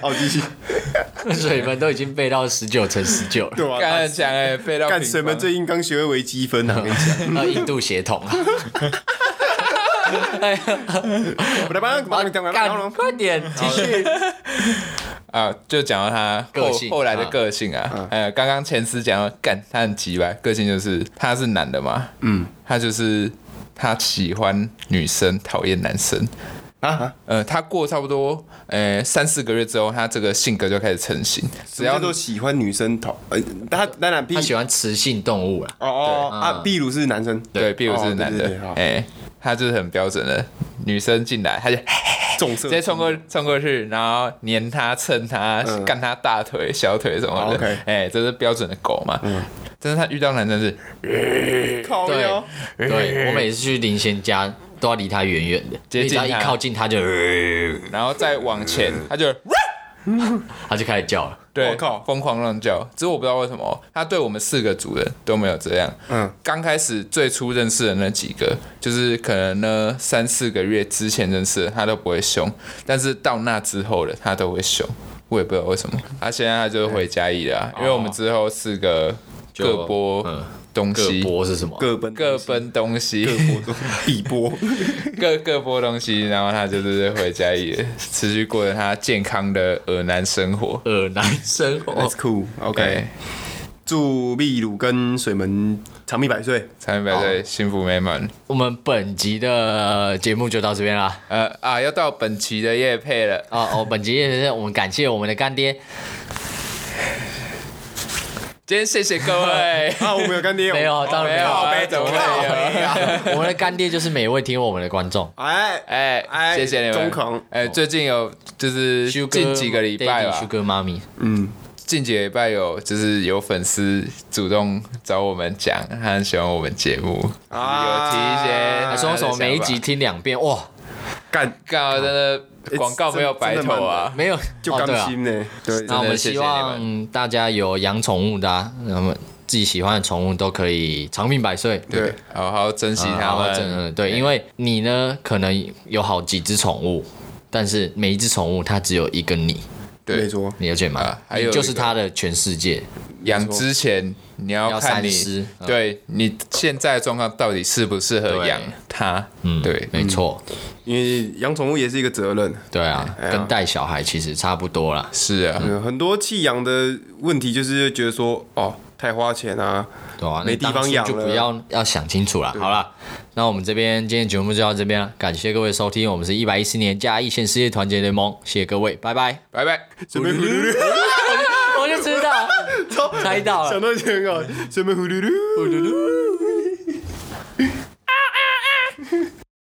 S2: 好，继续。
S1: 水门都已经背到十九乘十九了，
S2: 啊对啊，
S3: 干讲哎，背到
S2: 干
S3: 平
S2: 水门
S3: 方
S2: 最近刚学会微积分啊，我跟你讲。
S1: 那呃印度血统 啊！哎呀，干，快点继续。
S3: 啊，就讲到他
S1: 个
S3: 后
S1: 性
S3: 后来的个性啊，呃，刚刚前司讲到，干他很急吧，个性就是他是男的嘛，嗯，他就是他喜欢女生，讨厌男生。
S2: 啊，
S3: 呃，他过差不多呃三四个月之后，他这个性格就开始成型。只
S2: 只要
S3: 要
S2: 都喜欢女生讨，呃，他当然 B
S1: 他喜欢雌性动物啊，
S2: 哦哦啊，壁如是男生，
S3: 对，比如
S2: 哦
S3: 是男的
S2: 对对对好，
S3: 哎，他就是很标准的女生进来，他就
S2: 重色
S3: 直接冲过冲过去，然后黏他、蹭他、
S2: 嗯
S3: 干他大腿、小腿什么
S2: 哦
S3: 的
S2: ，OK，嗯
S3: 哎，这是标准的狗嘛。但是他遇到男生是。
S2: 靠
S1: 对，对我每次去林贤家，都要离它远远的，
S3: 接近
S1: 你只要一
S3: 它
S1: 靠近它就，呃
S3: 然后再往前，它 就
S1: 它就开始叫了。
S3: 对，
S2: 我靠
S3: 疯狂乱叫。只是我不知道为什么，他对我们四个主人都没有这样。
S2: 嗯，
S3: 刚开始最初认识的那几个，就是可能呢三四个月之前认识的，他都不会凶，但是到那之后的，他都会凶。我也不知道为什么，他、现在他就回嘉义了啊、
S2: 哎
S3: 因为我们之后四个
S1: 就
S3: 各播
S1: 嗯
S3: 东
S1: 各
S3: 西，
S1: 波是什么？
S2: 哦各奔
S3: 各奔东西，
S2: 各波都必 波，
S3: 各各播东西，然后他就是回家也持续过着他健康的耳男生活。
S1: 耳男生活
S2: That's，cool。
S3: 对
S1: 哦
S2: OK，，祝秘鲁跟水门长命 百岁。。
S3: 长命百岁，幸福美满。
S1: 我们本集的节目就到这边啦。
S3: 呃啊，要到本期的夜配了，
S1: 哦哦，本集也是我们感谢我们的干 爹，
S3: 今天谢谢各 位
S2: 啊，我没有干爹，
S1: 没有，当然没有
S3: 靠
S1: 啊，
S3: 北
S1: 怎么
S3: 靠
S1: 会有？我们的干爹就是每一位听我们的观众。
S2: 哎哎，
S3: 哎
S2: 哎
S3: 谢谢你
S2: 中
S3: 们。
S2: 肯
S3: 哎，最近有就是近几个礼拜啊吧，
S1: Sugar 妈咪，
S2: 嗯，
S3: 近几个礼拜有就是有粉丝主动找我们讲，他很喜欢我们节目，有提一些
S1: 还说什么每一集听两遍，哇，
S2: 干
S3: 干嘛真的广告没有白投啊？
S1: 没有
S2: 就
S1: 哦
S2: 甘
S1: 对啊
S2: 心呢。对，
S1: 那我们
S3: 谢
S1: 希
S3: 谢你们
S1: 望大家有养宠物的、啊，那么自己喜欢的宠物都可以长命百岁。
S2: 对，
S3: 好好珍惜
S1: 嗯
S3: 他
S1: 好好整
S3: 们
S1: 嗯。对，因为你呢可能有好几只宠物，但是每一只宠物它只有一个你，
S3: 对
S2: 没错，
S1: 你了解吗？
S3: 啊还有
S1: 你就
S3: 一
S1: 是
S3: 个
S1: 它的全世界。
S3: 养之前你要
S1: 要
S3: 看
S1: 三
S3: 你
S1: 思，
S3: 对你现在的状况到底适不适合
S1: 啊对
S3: 养它？
S1: 嗯，
S3: 对，
S1: 没错，
S2: 因为养宠物也是一个责任。
S1: 对啊，
S2: 哎呀
S1: 跟带小孩其实差不多啦。
S3: 是啊，
S2: 嗯，很多弃养的问题就是觉得说，哦，太花钱 啊，
S1: 对啊，
S2: 没
S1: 那
S2: 地方
S1: 当初
S2: 养
S1: 就
S2: 了
S1: 不要要想清楚了。好了，那我们这边今天节目就到这边了，感谢各位收听，我们是一百一十年嘉义县世界团结联盟，谢谢各位，拜拜。
S3: 拜拜。
S2: 随便呼噜
S1: 我就知道，
S2: 噜，
S1: 猜到了
S2: 想。到一些很好，随便呼噜噜，呼噜噜。